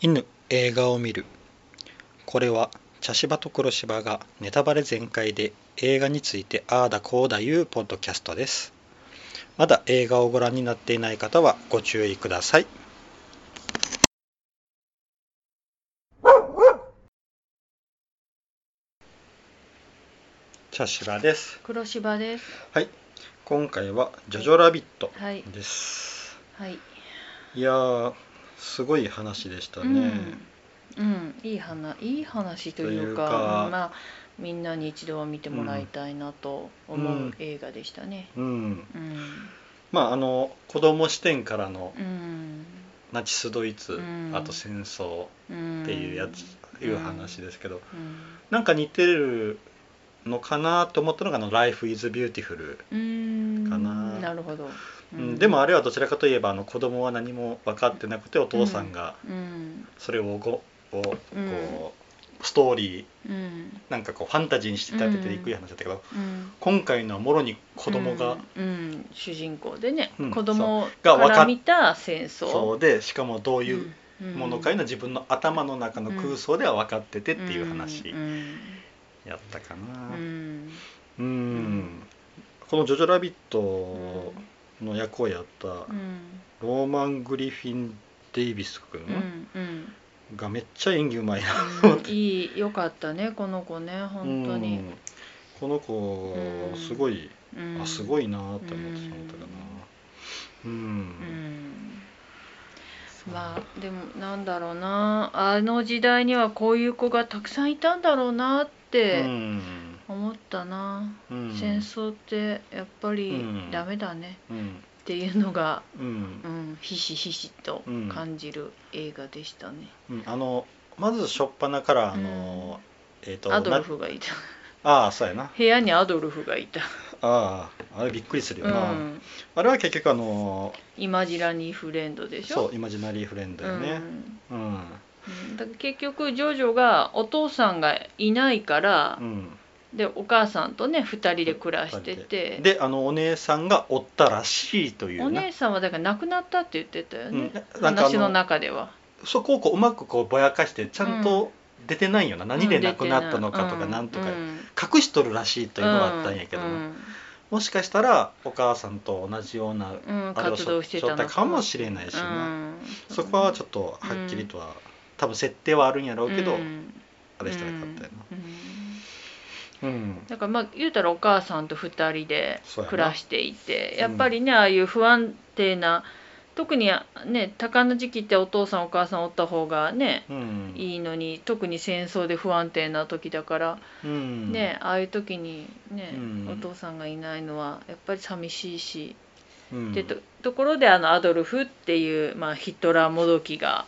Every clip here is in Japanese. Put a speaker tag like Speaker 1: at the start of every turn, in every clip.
Speaker 1: 犬映画を見るこれは茶芝と黒芝がネタバレ全開で映画についてああだこうだいうポッドキャストですまだ映画をご覧になっていない方はご注意ください茶芝です
Speaker 2: 黒芝です。
Speaker 1: はい今回は「ジョジョラビット
Speaker 2: はい」
Speaker 1: です
Speaker 2: はい。
Speaker 1: いやーすごい話でした
Speaker 2: う
Speaker 1: ね、
Speaker 2: ん、うん、いい話いい話というか
Speaker 1: というか
Speaker 2: うんまあみんなに一度は見てもらいたいなと思
Speaker 1: う
Speaker 2: うん映画でしたね。
Speaker 1: うん、
Speaker 2: うん、
Speaker 1: まああの子供視点からの
Speaker 2: うん、
Speaker 1: ナチス・ドイツ、
Speaker 2: うん
Speaker 1: あと戦争
Speaker 2: うん、
Speaker 1: っていうやつ、
Speaker 2: うん
Speaker 1: いう話ですけど
Speaker 2: うん。
Speaker 1: なんか似てるのかなと思ったのがあの「Life is Beautiful
Speaker 2: うん、
Speaker 1: かな
Speaker 2: なるほど。」
Speaker 1: うんでもあ
Speaker 2: れ、
Speaker 1: れはどちらかといえばあの子供は何も分かってなくてお父さんが
Speaker 2: うん、
Speaker 1: それをごをこう、
Speaker 2: うん
Speaker 1: ストーリー
Speaker 2: うん、
Speaker 1: なんかこうファンタジーに仕立てていく話だったけど、
Speaker 2: うん。
Speaker 1: 今回のはもろに子供が、
Speaker 2: うん、うん主人公でね、
Speaker 1: うん
Speaker 2: 子
Speaker 1: そ
Speaker 2: 供
Speaker 1: うが分
Speaker 2: か
Speaker 1: かっ
Speaker 2: ら見た戦争
Speaker 1: そうでしかもどう
Speaker 2: う
Speaker 1: いううんものかいうのは自分の頭の中の空想では分かっててっていう話
Speaker 2: うん
Speaker 1: やったか
Speaker 2: う
Speaker 1: な。
Speaker 2: ん
Speaker 1: うん
Speaker 2: ん
Speaker 1: この「ジョジョラビッ
Speaker 2: う
Speaker 1: ト
Speaker 2: ん」
Speaker 1: の役をやったロ
Speaker 2: うん
Speaker 1: ーマン・グリフィン・デイビス君
Speaker 2: うんうん
Speaker 1: がめっちゃ演技うまいな。
Speaker 2: うんいい良かったねこの子ね本当
Speaker 1: う
Speaker 2: に、
Speaker 1: んこの子
Speaker 2: うん
Speaker 1: すごい、
Speaker 2: うん、
Speaker 1: あすご
Speaker 2: い、
Speaker 1: いなと思ってしまったかな。うん、
Speaker 2: うん、
Speaker 1: そう
Speaker 2: まあでもなんだろうなあの時代にはこういう子がたくさんいたんだろうなっ
Speaker 1: う
Speaker 2: て
Speaker 1: ん
Speaker 2: 思ったな、
Speaker 1: うん
Speaker 2: 戦争ってやっぱり
Speaker 1: うん
Speaker 2: ダメだね
Speaker 1: うん
Speaker 2: っていうのが、
Speaker 1: うん
Speaker 2: うん、ひしひしと感じる映画でしたね、
Speaker 1: うんあのまず初っ端からあの、えっ、と
Speaker 2: アド
Speaker 1: な
Speaker 2: ルフがいた
Speaker 1: ああそうやな
Speaker 2: 部屋にアドルフがいた、
Speaker 1: あああれびっくりするよ
Speaker 2: う
Speaker 1: な、
Speaker 2: ん、
Speaker 1: あれは結局あの
Speaker 2: イマジラニーフレンドでしょ
Speaker 1: そうイマジナリーフレンドよねうん
Speaker 2: うん、だから結局ジョジョがお父さんがいないから
Speaker 1: う、ん、
Speaker 2: でお母さんとね2人で暮らしてて
Speaker 1: であのお姉さんがおったらしいという
Speaker 2: お
Speaker 1: な
Speaker 2: 姉さんはだから亡くなったって言ってたよね、
Speaker 1: うんなんかあの
Speaker 2: 話の中では
Speaker 1: そこをこううまくこうぼやかしてちゃんと出てないよな、何で
Speaker 2: うん
Speaker 1: 亡くなったのかとかなんとか、
Speaker 2: 出てないうん
Speaker 1: 隠しとるらしいというのがあったんやけどな、
Speaker 2: うん
Speaker 1: もしかしたらお母さんと同じような
Speaker 2: うんうん
Speaker 1: あれを
Speaker 2: 活動してたの
Speaker 1: しょったかもしれないしな、
Speaker 2: うん
Speaker 1: そこはちょっとはっきりとは、多分設定はあるんやろうけど、
Speaker 2: うん
Speaker 1: あれしたらよかったよな
Speaker 2: うんうん
Speaker 1: うん
Speaker 2: だからまあ言うたらお母さんと2人で
Speaker 1: そうやな
Speaker 2: 暮らしていてや
Speaker 1: うん
Speaker 2: っぱりね、ああいう不安定な特にね多感な時期ってお父さんお母さんおった方がね
Speaker 1: うん
Speaker 2: いいのに特に戦争で不安定な時だから、
Speaker 1: うん
Speaker 2: ねああいう時にね、
Speaker 1: うん
Speaker 2: お父さんがいないのはやっぱり寂しいし、
Speaker 1: うん
Speaker 2: でとところであのアドルフっていう、まあ、ヒトラーもどきが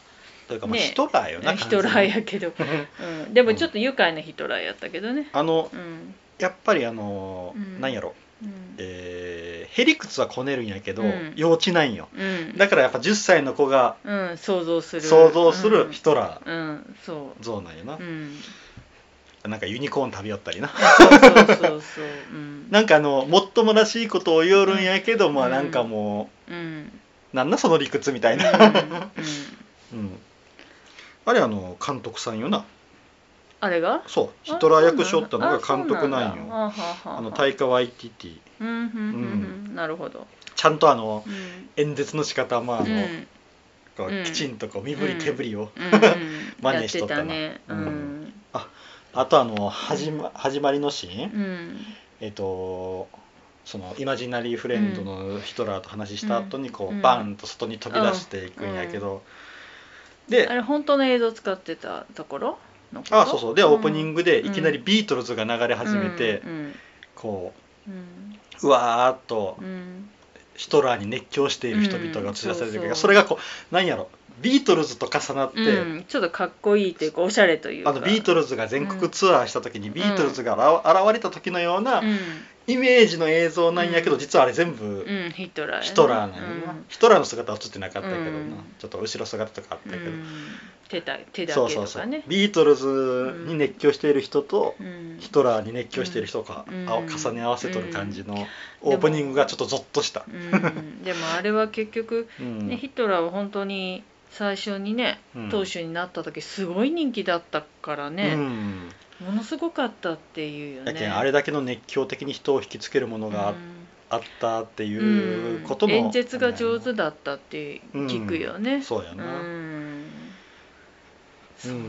Speaker 1: というかまあ
Speaker 2: ね
Speaker 1: ヒトラーよな、
Speaker 2: ヒトラーやけど、
Speaker 1: 完全に
Speaker 2: うん、でもちょっと愉快なヒトラーやったけどね。
Speaker 1: あの
Speaker 2: うん
Speaker 1: やっぱりあの、
Speaker 2: うん
Speaker 1: なんやろ
Speaker 2: うん
Speaker 1: えーへりくつはこねるんやけど、
Speaker 2: うん
Speaker 1: 幼稚なんよ
Speaker 2: うん
Speaker 1: だからやっぱ10歳の子が
Speaker 2: うん、想像する
Speaker 1: 想像するヒトラ
Speaker 2: うん、うんそ
Speaker 1: ー像なんよな
Speaker 2: う、うん、
Speaker 1: なんかユニコーン食べよったりな
Speaker 2: そうそうそうそう、うん、
Speaker 1: なんかあのもっともらしいことを言おるんやけど、まあ
Speaker 2: うん
Speaker 1: なんかも
Speaker 2: うん、うん、
Speaker 1: うなんだその理屈みたいな、うん、あれあの監督さんよな
Speaker 2: あれが
Speaker 1: そうヒトラー役しょったのが監督なんよあ
Speaker 2: あそうなんだあははは
Speaker 1: のタイカ・ワイティティ
Speaker 2: うんうんうんうんなるほど、
Speaker 1: ちゃんとあの
Speaker 2: うん
Speaker 1: 演説の仕方まああ
Speaker 2: うん
Speaker 1: の、
Speaker 2: うん
Speaker 1: こう
Speaker 2: うん
Speaker 1: きちんとこう身振り手振りを、
Speaker 2: うん、
Speaker 1: 真似しとったな
Speaker 2: やってたねうん
Speaker 1: あとあの始ま始まりのシーン、
Speaker 2: うん
Speaker 1: えっ、とそのイマジナリーフレンドのヒトラーと話した後にこう、
Speaker 2: うん
Speaker 1: バーンと外に飛び出していくんやけど、で
Speaker 2: あれ本当の映像使ってたところのこと
Speaker 1: あそうそうでオープニン
Speaker 2: グ
Speaker 1: グでいきなりビートルズが流れ始めて、
Speaker 2: うん
Speaker 1: こ
Speaker 2: うん
Speaker 1: ううわーっと
Speaker 2: うんうん
Speaker 1: ヒトラーに熱狂している人々が映し出されてるけど、
Speaker 2: うんそうそう
Speaker 1: それがこうなんやろビートルズと重なって、
Speaker 2: うん、ちょっとかっこいいというかおしゃれというか
Speaker 1: あのビートルズが全国ツアーした時にビートルズが現現れた時のような、
Speaker 2: うん
Speaker 1: イメージの映像なんやけど、
Speaker 2: うん
Speaker 1: 実はあれ全部
Speaker 2: うん、ヒトラーやな
Speaker 1: ヒトラーなんやな、ヒトラーの姿は映ってなかったけどな、
Speaker 2: うん
Speaker 1: ちょっと後ろ姿とかあった
Speaker 2: うん
Speaker 1: けど、
Speaker 2: うん手だ手だ
Speaker 1: そう
Speaker 2: け
Speaker 1: そ
Speaker 2: と
Speaker 1: うそ
Speaker 2: か
Speaker 1: う、
Speaker 2: ね
Speaker 1: ビートルズに熱狂している人と、
Speaker 2: うん
Speaker 1: ヒトラーに熱狂している人が、
Speaker 2: うん
Speaker 1: あを重ね合わせとる感じのオープニングがちょっとゾッとした、
Speaker 2: うん、でもあれは結局、
Speaker 1: うん
Speaker 2: ね、ヒトラーは本当に最初にね
Speaker 1: うん
Speaker 2: 当主になった時すごい人気だったから
Speaker 1: う
Speaker 2: ね、
Speaker 1: ん
Speaker 2: ものすごかったっていうよ
Speaker 1: や
Speaker 2: ね。
Speaker 1: けんあれだけの熱狂的に人を引きつけるものがあ,、あったって
Speaker 2: うん
Speaker 1: いうことも、
Speaker 2: 演説が上手だったって聞くよね。
Speaker 1: そうや
Speaker 2: う
Speaker 1: な、
Speaker 2: んそうだよ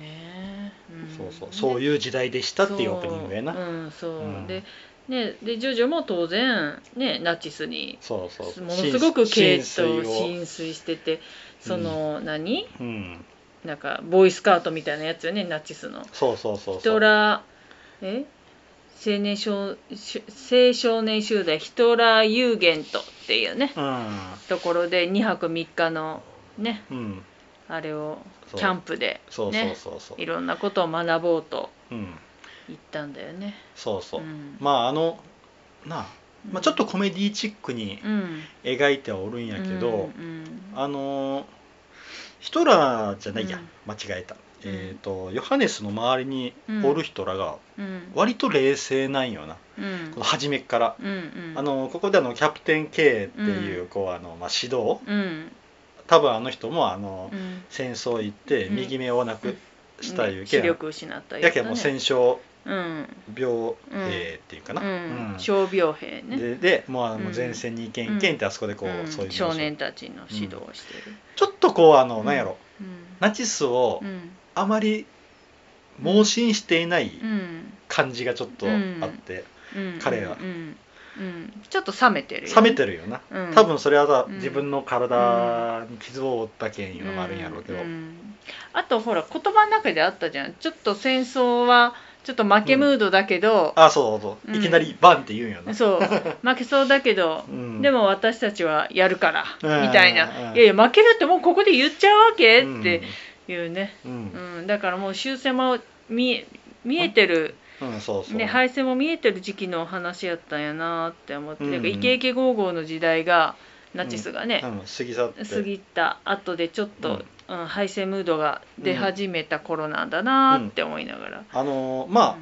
Speaker 2: ね。
Speaker 1: そうそうそう
Speaker 2: う
Speaker 1: いう時代でしたっていうオープニングやな
Speaker 2: そう,、うんそう
Speaker 1: うん
Speaker 2: でねでジョジョも当然ねナチスに
Speaker 1: そうそう
Speaker 2: ものすごく系
Speaker 1: 浸
Speaker 2: 統
Speaker 1: 水を
Speaker 2: 浸水しててその、何
Speaker 1: うん
Speaker 2: なんかボーイスカートみたいなやつよねナチスの。
Speaker 1: そうそうそうそう
Speaker 2: ヒトラーえ青年少し青少年集団ヒトラーユーゲントっていうねところで2泊3日のね
Speaker 1: うん、うん、
Speaker 2: あれを
Speaker 1: そう
Speaker 2: キャンプで
Speaker 1: そうそう
Speaker 2: ね
Speaker 1: そうそう、
Speaker 2: いろんなことを学ぼうと
Speaker 1: うん
Speaker 2: 言ったんだよね。
Speaker 1: そうそう、
Speaker 2: ん
Speaker 1: まああのなあ、まあ、ちょっとコメディチックに
Speaker 2: うん
Speaker 1: 描いてはおるんやけど、
Speaker 2: うん
Speaker 1: あのーヒトラーじゃないや、
Speaker 2: うん
Speaker 1: 間違えた、えっ、とヨハネスの周りにおる人らが
Speaker 2: うん
Speaker 1: 割と冷静なんよな、
Speaker 2: うん
Speaker 1: この初めっから、
Speaker 2: うんうん
Speaker 1: あのここであのキャプテン K っていううこうあの、まあ、指導
Speaker 2: うん
Speaker 1: 多分あの人もあの、
Speaker 2: うん
Speaker 1: 戦争行って
Speaker 2: うん
Speaker 1: 右目をなくしたいう
Speaker 2: ね
Speaker 1: け
Speaker 2: 視
Speaker 1: ん、
Speaker 2: 力失った
Speaker 1: やけんもう戦勝
Speaker 2: うん
Speaker 1: 病兵っていうかな、
Speaker 2: うん
Speaker 1: うん
Speaker 2: 傷病兵ね
Speaker 1: ででもうあの
Speaker 2: うん
Speaker 1: 前線に行けんけんってあそこでこう、
Speaker 2: ん
Speaker 1: そういう
Speaker 2: 少年たちの指導をしている、
Speaker 1: ちょっとこうあの、なんやろ
Speaker 2: うん
Speaker 1: ナチスを
Speaker 2: うん
Speaker 1: あまり盲信していない
Speaker 2: うん
Speaker 1: 感じがちょっとあって、
Speaker 2: うん
Speaker 1: 彼は
Speaker 2: うんうん、ちょっと冷めてるよね、
Speaker 1: 冷めてるよな、
Speaker 2: うん
Speaker 1: 多分それはさ
Speaker 2: うん
Speaker 1: 自分の体に傷を負ったけんいうのもあるんやろうけど、
Speaker 2: んんあとほら言葉の中であったじゃんちょっと戦争はちょっと負けムードだけど、
Speaker 1: あそうそうそう
Speaker 2: うん
Speaker 1: いきなりバンって言うんよな、
Speaker 2: そう負けそうだけど
Speaker 1: う、ん
Speaker 2: でも私たちはやるから、
Speaker 1: うん
Speaker 2: みたい
Speaker 1: うん
Speaker 2: な「いやいや負けるってもうここで言っちゃうわけ?」っていうね、
Speaker 1: うん、うん
Speaker 2: うん、だからもう終戦も見え見えてる
Speaker 1: うんそうそう、
Speaker 2: ね、敗戦も見えてる時期の話やったんやなって思って、
Speaker 1: うんうん
Speaker 2: なんかイケイケゴーゴーの時代がナチスがね、
Speaker 1: うん、過ぎ去って
Speaker 2: 過ぎた後でちょっと、うん敗戦ムードが出始めた頃なんだなって思いながら、
Speaker 1: あのーま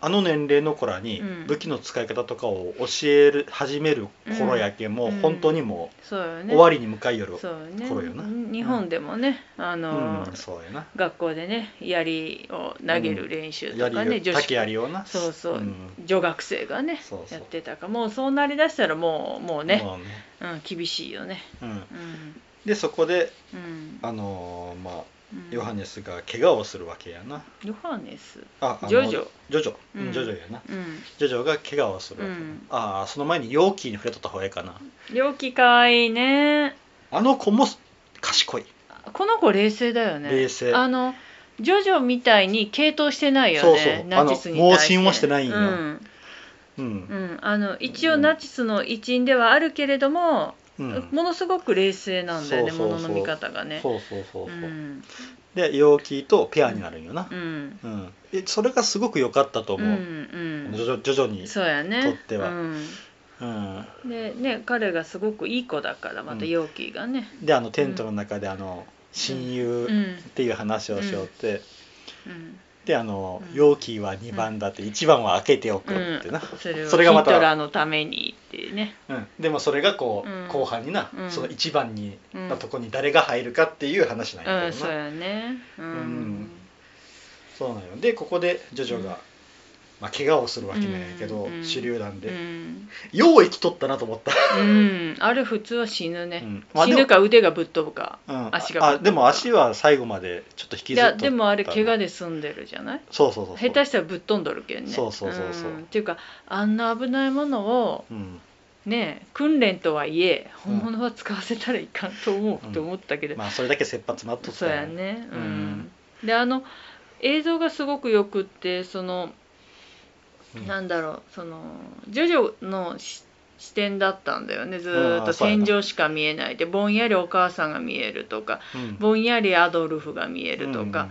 Speaker 1: あ、あの年齢の子らに
Speaker 2: うん
Speaker 1: 武器の使い方とかを教える始める頃やけんもう
Speaker 2: うん
Speaker 1: 本当にも
Speaker 2: そうよ
Speaker 1: う
Speaker 2: ね
Speaker 1: 終わりに向かいよる、
Speaker 2: そうよね
Speaker 1: 頃よな
Speaker 2: 日本でもね、あの
Speaker 1: うん、そうやな
Speaker 2: 学校でね槍を投げる練習
Speaker 1: や
Speaker 2: と
Speaker 1: り
Speaker 2: かね、女
Speaker 1: 竹
Speaker 2: 子
Speaker 1: 槍をな
Speaker 2: そうそう、
Speaker 1: ん
Speaker 2: 女学生がね
Speaker 1: そうそう
Speaker 2: やってたからもうそうなりだしたらもうもうね、
Speaker 1: もうね
Speaker 2: うん、厳しいよね。
Speaker 1: うん、
Speaker 2: うん
Speaker 1: でそこで
Speaker 2: うん
Speaker 1: あのーまあ
Speaker 2: うん
Speaker 1: ヨハネスが怪我をするわけやな
Speaker 2: ヨハネス。
Speaker 1: ああの
Speaker 2: ジョジョ
Speaker 1: ジョジョう
Speaker 2: うん
Speaker 1: んジョジョやな
Speaker 2: うん。
Speaker 1: ジョジョが怪我をするわけやな、
Speaker 2: うん
Speaker 1: ああその前に容器に触れとった方がいいかな
Speaker 2: 良き可愛いね。
Speaker 1: あの子も賢い
Speaker 2: この子冷静だよね。
Speaker 1: 冷静
Speaker 2: あのジョジョみたいに傾倒してないよね。
Speaker 1: そうそう
Speaker 2: ナチスに対して。
Speaker 1: あの盲信はしてないんよ
Speaker 2: うん。
Speaker 1: うん
Speaker 2: うん。あの一応ナチスの一員ではあるけれども、
Speaker 1: うん、
Speaker 2: ものすごく冷静なんだよね。
Speaker 1: そうそうそう
Speaker 2: ものの見方がね。
Speaker 1: そうそうそうそう、
Speaker 2: ん。
Speaker 1: で陽気とペアになるんよな
Speaker 2: う、ん。
Speaker 1: うんえそれがすごく良かったと
Speaker 2: う
Speaker 1: 思う、
Speaker 2: ん
Speaker 1: 徐々徐々
Speaker 2: う
Speaker 1: に
Speaker 2: ん。そうやね。
Speaker 1: とっては
Speaker 2: う
Speaker 1: うん、
Speaker 2: ん。でね彼がすごくいい子だからまた
Speaker 1: うん
Speaker 2: 陽気がね。
Speaker 1: であのテントの中であの、親
Speaker 2: う
Speaker 1: 友
Speaker 2: ん。
Speaker 1: っていう話をしようって、
Speaker 2: うん。
Speaker 1: であの
Speaker 2: うん
Speaker 1: 容器は2番だって1番は開けておくってな、
Speaker 2: それを
Speaker 1: そ
Speaker 2: ヒ
Speaker 1: れがま
Speaker 2: ト
Speaker 1: た
Speaker 2: ラーのためにってね。
Speaker 1: うんでもそれがこう、
Speaker 2: うん
Speaker 1: 後半にな、
Speaker 2: うん
Speaker 1: その1番に、
Speaker 2: うん
Speaker 1: のとこに誰が入るかっていう話なん
Speaker 2: う
Speaker 1: やけ
Speaker 2: ん、そ
Speaker 1: ど
Speaker 2: う
Speaker 1: な、
Speaker 2: やね。う
Speaker 1: うんそうなんよでここでジョジョが、まあ、怪我をするわけなんやけど、
Speaker 2: うん
Speaker 1: 手榴弾
Speaker 2: う
Speaker 1: で、
Speaker 2: ん、
Speaker 1: よう生きとったなと思った、
Speaker 2: うん、あれ普通は死ぬ
Speaker 1: う
Speaker 2: ね、
Speaker 1: んまあ
Speaker 2: 死
Speaker 1: でも
Speaker 2: ぬか腕がぶっ飛ぶか
Speaker 1: うん
Speaker 2: 足が
Speaker 1: あでも足は最後までちょっと引き
Speaker 2: い
Speaker 1: ずっと
Speaker 2: や
Speaker 1: った
Speaker 2: でもあれ怪我で済んでるじゃない
Speaker 1: そうそうそうそう
Speaker 2: 下手したらぶっ飛んどるけんね
Speaker 1: そうそうそうそうん
Speaker 2: っていうかあんな危ないものを
Speaker 1: うん
Speaker 2: ね訓練とはいえ
Speaker 1: うん
Speaker 2: 本物は使わせたらいかんと思う、
Speaker 1: うん
Speaker 2: と思ったけど、
Speaker 1: まあそれだけ切羽詰まっとった
Speaker 2: そう
Speaker 1: よ
Speaker 2: やねう
Speaker 1: うんん、
Speaker 2: であの映像がすごくよくってその
Speaker 1: うん
Speaker 2: なんだろうそのジョジョのし視点だったんだよねずーっ
Speaker 1: う
Speaker 2: と
Speaker 1: んそうや
Speaker 2: 天
Speaker 1: な
Speaker 2: 井しか見えないでぼんやりお母さんが見えるとか
Speaker 1: うん
Speaker 2: ぼんやりアドルフが見えると
Speaker 1: う
Speaker 2: か
Speaker 1: ん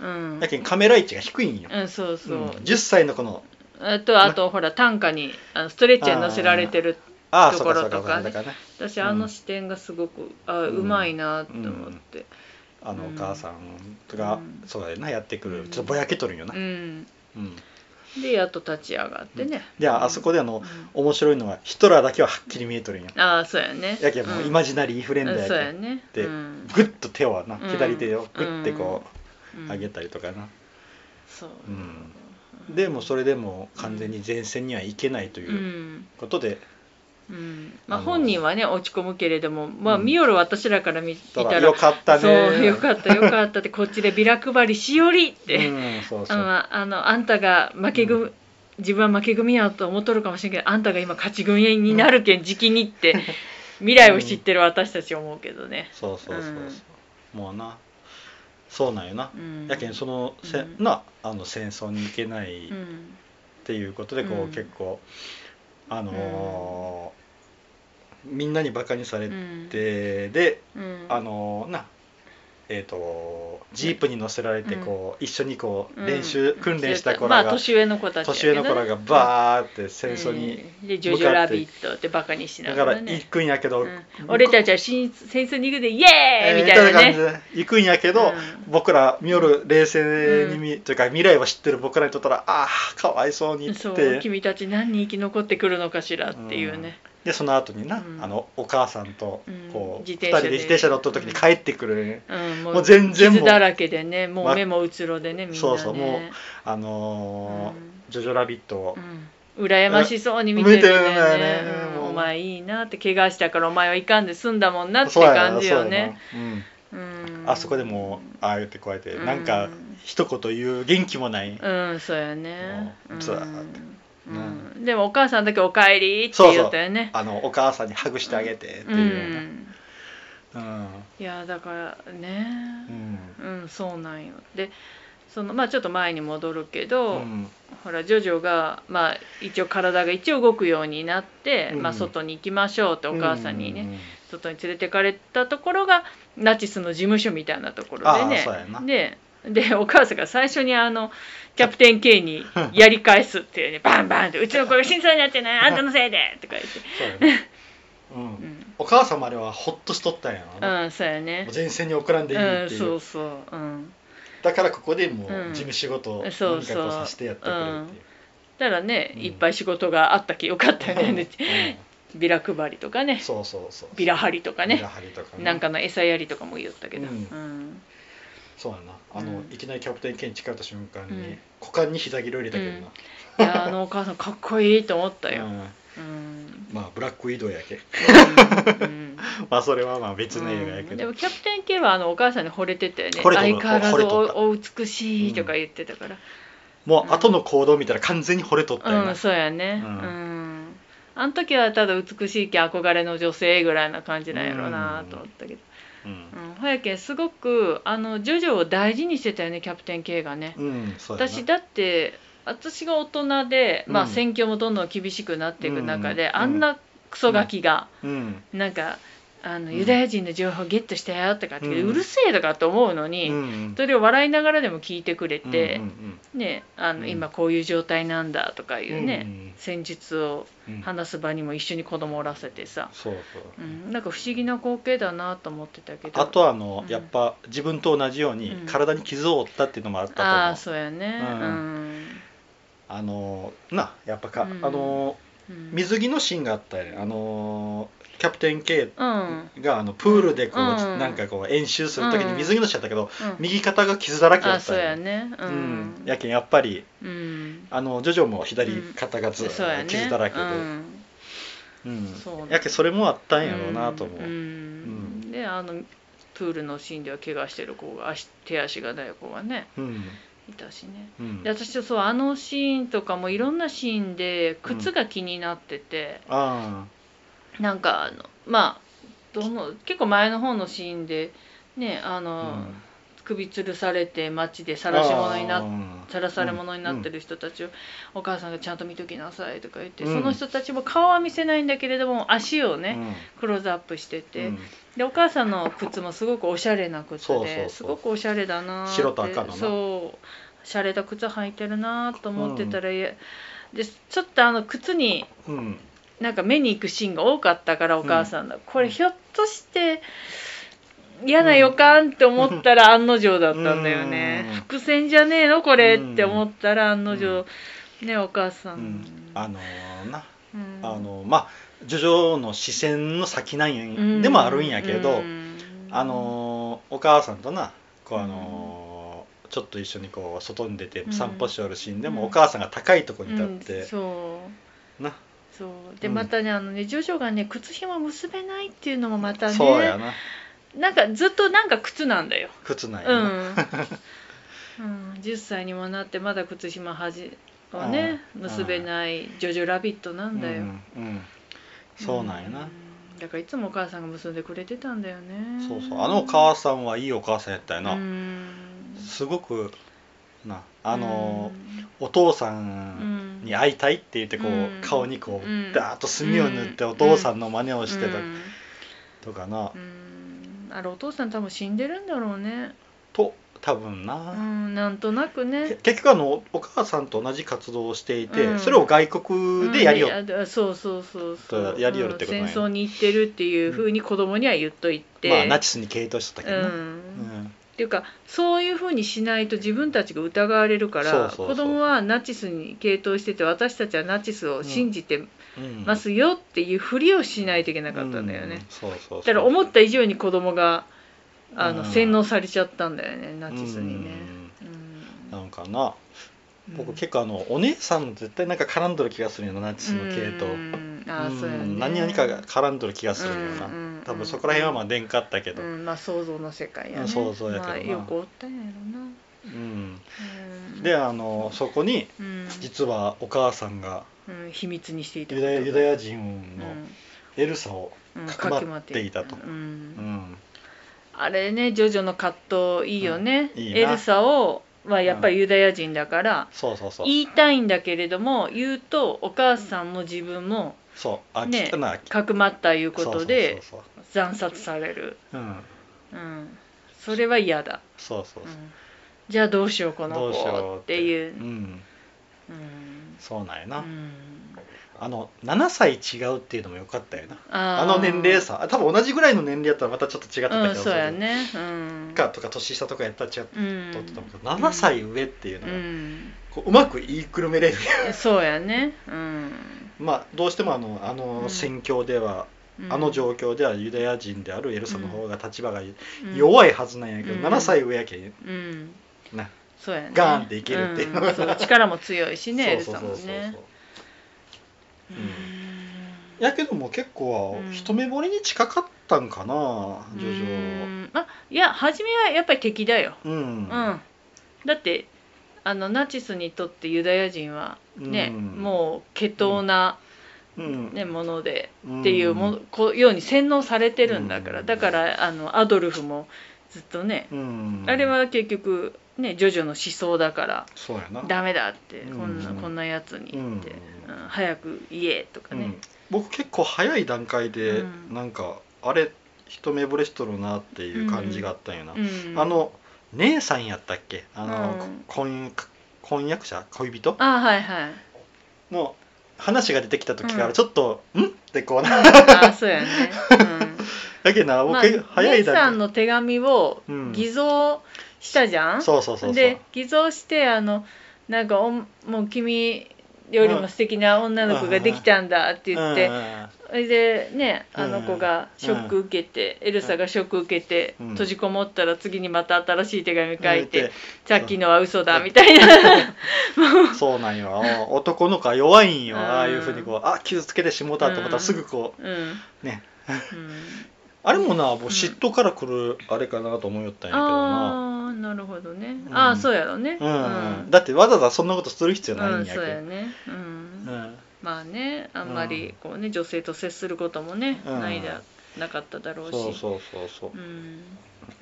Speaker 2: うん、うん
Speaker 1: だけどカメラ位置が低いんよ、
Speaker 2: そうそう
Speaker 1: うん、10歳のこの
Speaker 2: えっとあとほら短歌にあのストレッチに載せられてる
Speaker 1: ああ
Speaker 2: と
Speaker 1: そ
Speaker 2: こ
Speaker 1: うか
Speaker 2: ろ
Speaker 1: そうか
Speaker 2: と
Speaker 1: そうか
Speaker 2: かね
Speaker 1: だからね
Speaker 2: 私あの視点がすごく、あ
Speaker 1: うん
Speaker 2: うまいなと思って
Speaker 1: あの
Speaker 2: う
Speaker 1: お
Speaker 2: ん
Speaker 1: 母さんが、
Speaker 2: うん
Speaker 1: そうやなやってくる、
Speaker 2: うん
Speaker 1: ちょっとぼやけとるんよな、
Speaker 2: う
Speaker 1: うん
Speaker 2: ん、でやっと立ち上がってね、
Speaker 1: でああそこであ
Speaker 2: う
Speaker 1: の
Speaker 2: ん
Speaker 1: 面白いのはヒトラーだけははっきり見えとるんよ
Speaker 2: ああそうやね
Speaker 1: やけんもうイマジナリーフレンド
Speaker 2: う
Speaker 1: やけ
Speaker 2: んそ
Speaker 1: ん
Speaker 2: うやね
Speaker 1: で
Speaker 2: うん
Speaker 1: グッと手をな
Speaker 2: うん
Speaker 1: 左手をグッてこ
Speaker 2: う
Speaker 1: うん上げたりとかな、
Speaker 2: そう、
Speaker 1: うんでもうそれでもう完全に前線には行けないと
Speaker 2: う
Speaker 1: いうんことで、
Speaker 2: うんまあ、
Speaker 1: あの
Speaker 2: 本人はね落ち込むけれども、まあ、
Speaker 1: うん
Speaker 2: 見よる私らから見た
Speaker 1: だから
Speaker 2: ら
Speaker 1: よかったね
Speaker 2: そうよかったよかったってこっちでビラ配りしよりって、
Speaker 1: うん、そうそ
Speaker 2: あ
Speaker 1: う
Speaker 2: のあのあんたが負け組、
Speaker 1: う
Speaker 2: 自分は負け組やと思っとるかもしれんけどあんたが今勝ち組になるけんじきにって 未来を知ってる私たち思うけどね。
Speaker 1: そうそうそうそう、
Speaker 2: う
Speaker 1: もうなそうなんよな、
Speaker 2: うん、
Speaker 1: やけんそのせ、
Speaker 2: うん
Speaker 1: なあの戦争に行けないっ
Speaker 2: うん
Speaker 1: ていうことでこう、
Speaker 2: うん
Speaker 1: 結構あのーみんなにバカにされて、で
Speaker 2: うん
Speaker 1: あのーなえー、とジープに乗せられてこう、一緒にこう
Speaker 2: うん
Speaker 1: 練習、訓練した子
Speaker 2: ま
Speaker 1: ら
Speaker 2: あ
Speaker 1: が、
Speaker 2: 年上の子たちや
Speaker 1: 年
Speaker 2: け
Speaker 1: 上
Speaker 2: ど
Speaker 1: の
Speaker 2: ね
Speaker 1: 子らがバーって戦争に、
Speaker 2: うんで「ジョジョラビット」ってバカにしな
Speaker 1: だ
Speaker 2: が
Speaker 1: から
Speaker 2: ら
Speaker 1: 行
Speaker 2: ね
Speaker 1: くんやけど、
Speaker 2: うん俺たちは新戦争に行くでイエーイみた
Speaker 1: えー
Speaker 2: い
Speaker 1: みた
Speaker 2: ない
Speaker 1: な感じ
Speaker 2: ね
Speaker 1: で行くんやけど、
Speaker 2: うん
Speaker 1: 僕ら見よる冷静に見、というか未来を知ってる僕らにとったらああかわいそうにっ
Speaker 2: そう
Speaker 1: て
Speaker 2: 君たち何人生き残ってくるのかしらっていうね
Speaker 1: でその後にな、
Speaker 2: うん
Speaker 1: あのお母さんと
Speaker 2: うん
Speaker 1: こう、
Speaker 2: 自
Speaker 1: 二
Speaker 2: 転車
Speaker 1: 人
Speaker 2: で
Speaker 1: で自転車乗った時に帰ってくる、
Speaker 2: うん
Speaker 1: もう全然もう
Speaker 2: 傷だらけでねも
Speaker 1: ま
Speaker 2: う目もうつろでねみんなね
Speaker 1: そうそうもあのー
Speaker 2: うん
Speaker 1: ジョジョラビット」を
Speaker 2: うん羨ましそうに見てるんだよ
Speaker 1: 見て
Speaker 2: ね
Speaker 1: るんだよね
Speaker 2: うん
Speaker 1: もう
Speaker 2: お前いいなって怪我したからお前はいかんで済んだもんなって
Speaker 1: そうやな
Speaker 2: 感じよね
Speaker 1: そうやなうん
Speaker 2: うん
Speaker 1: あそこでもうああやってこうやって、なんか
Speaker 2: うん
Speaker 1: 一言言う元気もない、
Speaker 2: うんそうやね
Speaker 1: もう
Speaker 2: うん
Speaker 1: ずーっと
Speaker 2: うんでもお母さんだけ「おかえり」って言ったよね
Speaker 1: あのお母さんにハグしてあげてって
Speaker 2: う
Speaker 1: いうよ
Speaker 2: ん
Speaker 1: うなうん
Speaker 2: いやだから
Speaker 1: う
Speaker 2: ね
Speaker 1: ん
Speaker 2: うん、そうなんよでそのまあちょっと前に戻るけど、
Speaker 1: うん
Speaker 2: ほらジョジョが、まあ、一応体が一応動くようになって、
Speaker 1: うん
Speaker 2: まあ、外に行きましょうってお母さんにね、
Speaker 1: うう
Speaker 2: 外に連れてかれたところがナチスの事務所みたいなところで
Speaker 1: ああ
Speaker 2: ね
Speaker 1: そうやな
Speaker 2: ででお母さんが最初にあのキャプテン K にやり返すっていうねバンバンって「うちの子が震災になっ てないあんたのせいで!」とか言って、
Speaker 1: そうやね。うん
Speaker 2: うん、
Speaker 1: お母様あれはほっとしとったんやろな、
Speaker 2: うん、そうやね
Speaker 1: もう前線に送らんでいいっ
Speaker 2: うん
Speaker 1: ていう,、
Speaker 2: そうそううん
Speaker 1: だからここでもう
Speaker 2: うん
Speaker 1: 事務仕事を何か
Speaker 2: そ
Speaker 1: こ
Speaker 2: う
Speaker 1: う
Speaker 2: そう
Speaker 1: させてやってくれるっていう
Speaker 2: たらね、
Speaker 1: うん
Speaker 2: いっぱい仕事があったきよかったよね、で
Speaker 1: う
Speaker 2: ビラ配りとか
Speaker 1: ん
Speaker 2: ね
Speaker 1: そうそうそう
Speaker 2: ビラ張りとか
Speaker 1: ビ
Speaker 2: ね
Speaker 1: ラ張りとかね
Speaker 2: なんかの餌やりとかも言ったけ
Speaker 1: う
Speaker 2: ど、うんん
Speaker 1: そうやなあの、
Speaker 2: うん
Speaker 1: いきなりキャプテンケン近寄った瞬間に、
Speaker 2: うん
Speaker 1: 股間に膝切れを入れたけど
Speaker 2: いやあのお母さんかっこいいと思った
Speaker 1: な、
Speaker 2: よ、
Speaker 1: うん
Speaker 2: うんうん
Speaker 1: まあブラックウィドウやけ
Speaker 2: うん
Speaker 1: まあそれはまあ別の映画や
Speaker 2: う
Speaker 1: け
Speaker 2: んで
Speaker 1: ど、
Speaker 2: もキャプテン K はあのお母さんに惚れてたよね
Speaker 1: 惚れとる
Speaker 2: 相変わらず
Speaker 1: 惚れとった
Speaker 2: おお美しいとか言ってたから
Speaker 1: もう後の行動見たら完全に惚れとった
Speaker 2: う
Speaker 1: よ
Speaker 2: ん、
Speaker 1: な、
Speaker 2: そうやね
Speaker 1: う
Speaker 2: うんん、あの時はただ美しいけん憧れの女性ぐらいな感じなんやろうなと思ったけど、
Speaker 1: うん
Speaker 2: うん、ほやけんすごくあのジョジョを大事にしてたよねキャプテン K がね
Speaker 1: うん、そうやな
Speaker 2: 私だって私が大人で、ま
Speaker 1: う
Speaker 2: あ、
Speaker 1: ん
Speaker 2: 選挙もどんどん厳しくなっていく中で、
Speaker 1: うん
Speaker 2: あんなクソガキが、
Speaker 1: うん
Speaker 2: なんかあの、
Speaker 1: うん
Speaker 2: ユダヤ人の情報ゲットしたよ」とかって、う
Speaker 1: うん
Speaker 2: るせえとかと思うのに、
Speaker 1: うん
Speaker 2: それを笑いながらでも聞いてくれて、
Speaker 1: うんうん
Speaker 2: ね、あ
Speaker 1: う
Speaker 2: の
Speaker 1: ん
Speaker 2: 今こういう状態なんだとか
Speaker 1: うん
Speaker 2: いうね、戦術を
Speaker 1: うんうん
Speaker 2: 話す場にも一緒に子供おらせてさ、
Speaker 1: そうそう、
Speaker 2: うん、なんか不思議な光景だなと思ってたけど
Speaker 1: あとはあの、
Speaker 2: うん
Speaker 1: やっぱ自分と同じように
Speaker 2: うん
Speaker 1: 体に傷を負ったっていうのもあったと思う、
Speaker 2: あ
Speaker 1: あ
Speaker 2: あそうやね
Speaker 1: う
Speaker 2: うんん、
Speaker 1: のなやっぱか、
Speaker 2: うん
Speaker 1: あの
Speaker 2: うん
Speaker 1: 水着のシーンがあったよねあのキャプテン K
Speaker 2: うん
Speaker 1: があのプールでこう、
Speaker 2: うん
Speaker 1: なんかこう演習する時に
Speaker 2: うん
Speaker 1: 水着のシーンやったけど、
Speaker 2: うん
Speaker 1: 右肩が傷だらけだ
Speaker 2: あ
Speaker 1: った
Speaker 2: そう
Speaker 1: よ
Speaker 2: やねう
Speaker 1: うんん、やけんやっぱり
Speaker 2: うん
Speaker 1: あのジョジョも左肩がずっ
Speaker 2: そうやね
Speaker 1: と傷だらけで、
Speaker 2: うん
Speaker 1: うん
Speaker 2: そうね
Speaker 1: やけんそれもあったんやろうなと思う、
Speaker 2: んんであのプールのシーンでは怪我してる子が足手足がない子がね
Speaker 1: うん
Speaker 2: いたしね
Speaker 1: うん
Speaker 2: で私そうあのシーンとかもいろんなシーンで靴が気になってて、
Speaker 1: あ
Speaker 2: なんかあのまあどの結構前の方のシーンでねあ
Speaker 1: あ、う
Speaker 2: の、
Speaker 1: ん
Speaker 2: 首吊るされて街で晒し物になっ
Speaker 1: ああ
Speaker 2: さらされ者になってる人たちをお母さんがちゃんと見ときなさいとか言って、
Speaker 1: うん
Speaker 2: その人たちも顔は見せないんだけれども足を
Speaker 1: う
Speaker 2: ね、
Speaker 1: ん
Speaker 2: クローズアップしてて、
Speaker 1: うん
Speaker 2: でお母さんの靴もすごくおしゃれな靴で
Speaker 1: そうそうそう
Speaker 2: すごくおしゃれだなーって
Speaker 1: 白と赤のな
Speaker 2: そう洒落た靴履いてるなーと思ってたら、いやでちょっとあの靴に
Speaker 1: うん
Speaker 2: なんか目に行くシーンが多かったからお母さんの、これひょっとして嫌な予感って思ったら案の定だったんだよね、
Speaker 1: うん
Speaker 2: 伏線じゃねえのこれ、
Speaker 1: うん
Speaker 2: って思ったら案の定、ねお母さん、
Speaker 1: うんあのーな
Speaker 2: うん
Speaker 1: あのーまあジョジョの視線の先なんやでもあるんやけど、
Speaker 2: うん
Speaker 1: あのーお母さんとなこうあのーちょっと一緒にこう外に出て散歩しおるシーンでも、
Speaker 2: うん
Speaker 1: お母さんが高いとこに立っ
Speaker 2: うん
Speaker 1: て、
Speaker 2: そう
Speaker 1: な
Speaker 2: そうで
Speaker 1: うん
Speaker 2: またね、あのねジョジョがね靴紐結べないっていうのもまたね
Speaker 1: そうやな
Speaker 2: なんかずっとなんか靴なんだよ
Speaker 1: 靴なんや
Speaker 2: う
Speaker 1: な、
Speaker 2: ん、 うん、10歳にもなってまだ靴紐はじをね
Speaker 1: うん
Speaker 2: 結べないジョジョラビットなんだよ、
Speaker 1: うんうんそうなんやな、
Speaker 2: うんだからいつもお母さんが結んでくれてたんだよね
Speaker 1: そうそうあのお母さんはいいお母さんやったよな、
Speaker 2: うん
Speaker 1: すごくなあの
Speaker 2: う
Speaker 1: ー、お
Speaker 2: ん
Speaker 1: 父さんに会いたいって言ってこう、
Speaker 2: うん
Speaker 1: 顔にこう、
Speaker 2: うん
Speaker 1: ダーッと墨を塗って
Speaker 2: うん
Speaker 1: お父さんの真似をしてた
Speaker 2: うん
Speaker 1: とかな、
Speaker 2: うんあれお父さん多分死んでるんだろうね
Speaker 1: と多分
Speaker 2: う
Speaker 1: な、
Speaker 2: んなんとなくね
Speaker 1: け結局あのお母さんと同じ活動をしていて、
Speaker 2: うん
Speaker 1: それを外国でやりよ、
Speaker 2: うんあそうそうそうそう
Speaker 1: やりよるってことなんや
Speaker 2: うん戦争に行ってるっていうふうに子供には言っといて、
Speaker 1: まあナチスに傾倒しとったけど
Speaker 2: う
Speaker 1: な、
Speaker 2: んっていうかそういうふうにしないと自分たちが疑われるから
Speaker 1: そうそうそう
Speaker 2: 子供はナチスに傾倒してて私たちはナチスを信じて
Speaker 1: うん
Speaker 2: ますよっていうふりをしないといけなかったんだよね、
Speaker 1: うそうそうそう
Speaker 2: だから思った以上に子供があの
Speaker 1: うん
Speaker 2: 洗脳されちゃったんだよねナチスにね、
Speaker 1: うん
Speaker 2: うん
Speaker 1: なんかな僕
Speaker 2: 構
Speaker 1: 結構あのお姉さんも絶対なんか絡んどる気がするよなナチスの系統、
Speaker 2: あーそうやね
Speaker 1: うん何々かが絡んどる気がするよな、
Speaker 2: うんうんうん
Speaker 1: 多分そこら辺はまあ出んかったけど、
Speaker 2: う
Speaker 1: うん
Speaker 2: ん、まあ想像の世界や
Speaker 1: う
Speaker 2: ね
Speaker 1: ん想像やけどな
Speaker 2: まあ、よくおったんやろな、うん、
Speaker 1: で、あのそこに
Speaker 2: うん
Speaker 1: 実はお母さんが
Speaker 2: うん、秘密にしていた
Speaker 1: ユダヤユダヤ人のエルサを、
Speaker 2: うんうん
Speaker 1: かくまっていたと
Speaker 2: うん
Speaker 1: うん
Speaker 2: あれねジョジョの葛藤いいよね、
Speaker 1: うんいいな
Speaker 2: エルサをはやっぱりユダヤ人だから、
Speaker 1: そうそうそう
Speaker 2: 言いたいんだけれども言うとお母さんも自分も
Speaker 1: そうあ
Speaker 2: ね
Speaker 1: 聞くな聞
Speaker 2: かくまったいうことで
Speaker 1: そうそう
Speaker 2: 惨殺される、
Speaker 1: そうそううん
Speaker 2: うん、それは嫌だ、
Speaker 1: そうそう
Speaker 2: う
Speaker 1: そ
Speaker 2: ん
Speaker 1: う、
Speaker 2: じゃあどうしようこの
Speaker 1: どうしよ
Speaker 2: 子
Speaker 1: う
Speaker 2: っていう
Speaker 1: う、ん
Speaker 2: うん
Speaker 1: そうなんやな、
Speaker 2: うん
Speaker 1: あの7歳違うっていうのもよかったよな
Speaker 2: あ
Speaker 1: あの年齢
Speaker 2: 差
Speaker 1: 差あ多分同じぐらいの年齢やったらまたちょっと違ってた
Speaker 2: う
Speaker 1: け
Speaker 2: ん
Speaker 1: ど
Speaker 2: そうやねうん
Speaker 1: かとか年下とかやったら違っ
Speaker 2: うん
Speaker 1: とってたもんけど、7歳上っていうの
Speaker 2: う
Speaker 1: が、うんこううまく言いくるめれる
Speaker 2: そうやねうん
Speaker 1: まあどうしてもあのあ
Speaker 2: う
Speaker 1: の
Speaker 2: ん
Speaker 1: 戦況では、
Speaker 2: うん
Speaker 1: あの状況ではユダヤ人であるエルサの方が立場が
Speaker 2: うん
Speaker 1: 弱いはずなんやけど、
Speaker 2: うん
Speaker 1: 7歳上やけん
Speaker 2: うん
Speaker 1: な
Speaker 2: そうやね
Speaker 1: ガーンっていけるっていうのが
Speaker 2: んそう力も強いし ねエル
Speaker 1: そう
Speaker 2: サ
Speaker 1: そう
Speaker 2: も
Speaker 1: そうそう
Speaker 2: ね
Speaker 1: う
Speaker 2: うんん
Speaker 1: やけども結構
Speaker 2: うん
Speaker 1: 一目惚れに近かったんかなジョジ
Speaker 2: う
Speaker 1: ョ
Speaker 2: んあいや初めはやっぱり敵だよ
Speaker 1: うん、
Speaker 2: うんだってあのナチスにとってユダヤ人はね
Speaker 1: うん
Speaker 2: もう下等な
Speaker 1: うん
Speaker 2: ねものでっていうものこうように洗脳されてるんだから、
Speaker 1: うん
Speaker 2: だからあのアドルフもずっとね、
Speaker 1: うん
Speaker 2: あれは結局ねジョジョの思想だから
Speaker 1: そうやな
Speaker 2: ダメだって、こんな
Speaker 1: うん
Speaker 2: こんなやつにって、
Speaker 1: う
Speaker 2: うんん早く言えとか
Speaker 1: う
Speaker 2: ね
Speaker 1: ん、僕結構早い段階で、
Speaker 2: うん
Speaker 1: なんかあれ一目惚れしとるなっていう感じがあったんよな、
Speaker 2: うん
Speaker 1: あの姉さんやったっけあの、
Speaker 2: うん
Speaker 1: こ婚婚約者恋人
Speaker 2: あはいはい
Speaker 1: の話が出てきた時か
Speaker 2: う
Speaker 1: ら
Speaker 2: ん
Speaker 1: ちょっと「ん?」ってこうな
Speaker 2: あそうやね、
Speaker 1: だけどな
Speaker 2: うん
Speaker 1: 僕、
Speaker 2: まあ、
Speaker 1: 早い
Speaker 2: 姉さ
Speaker 1: 段
Speaker 2: ん
Speaker 1: 階
Speaker 2: の手紙を
Speaker 1: うん
Speaker 2: 偽造したじゃん、
Speaker 1: そうそうそうそう
Speaker 2: で偽造してあのなんかおんもう君よりも素敵な女の子ができたんだって言って、
Speaker 1: うんうん
Speaker 2: それでねあの
Speaker 1: う
Speaker 2: 子
Speaker 1: ん
Speaker 2: がショック受けて、エルサがショック受けて、
Speaker 1: うん
Speaker 2: 閉じこもったら次にまた新しい手紙書いて、
Speaker 1: で
Speaker 2: さっきのは嘘だみたい な、
Speaker 1: そうなんよ男の子は弱いんよ、
Speaker 2: うん
Speaker 1: ああいうふうにこうあ傷つけてしもうたと思ったらすぐこ
Speaker 2: うんうん
Speaker 1: うねあれもなもう嫉妬からくるあれかなと思いよったんやけどな、
Speaker 2: ああなるほどね、
Speaker 1: うん
Speaker 2: ああそうやろね
Speaker 1: うんだってわざわざそんなことする必要ない
Speaker 2: うんん
Speaker 1: や
Speaker 2: そうや
Speaker 1: け
Speaker 2: ね、うん
Speaker 1: ど、うん
Speaker 2: まあねあんまりこうね女性と接することもね、
Speaker 1: うん
Speaker 2: ないだなかっただろうし
Speaker 1: そうそうそうそう
Speaker 2: うん、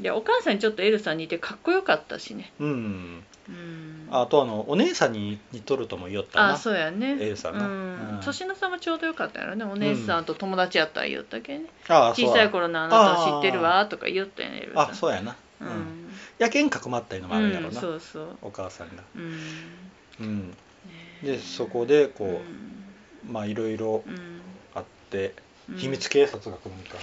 Speaker 2: でお母さんちょっとエルサに似てかっこよかったしね、
Speaker 1: うん、
Speaker 2: うん、
Speaker 1: あとあのお姉さんに似とるとも言おったな
Speaker 2: あそうやね
Speaker 1: A さんな
Speaker 2: うん
Speaker 1: うん
Speaker 2: 年の差もちょうどよかったやろねお姉さんと友達やったら言ったけね、
Speaker 1: あそう
Speaker 2: 小さい頃のあなた知ってるわとか言ったやね
Speaker 1: あそううやな、う
Speaker 2: や
Speaker 1: ん
Speaker 2: うん、
Speaker 1: やけんかくまったいうのもあるんやろ
Speaker 2: うん
Speaker 1: な、
Speaker 2: そうそう
Speaker 1: お母さんが
Speaker 2: うん
Speaker 1: うんでそこでこう、
Speaker 2: う
Speaker 1: まあいろいろ
Speaker 2: んうん
Speaker 1: あって、
Speaker 2: うん
Speaker 1: 秘密警察が来るんか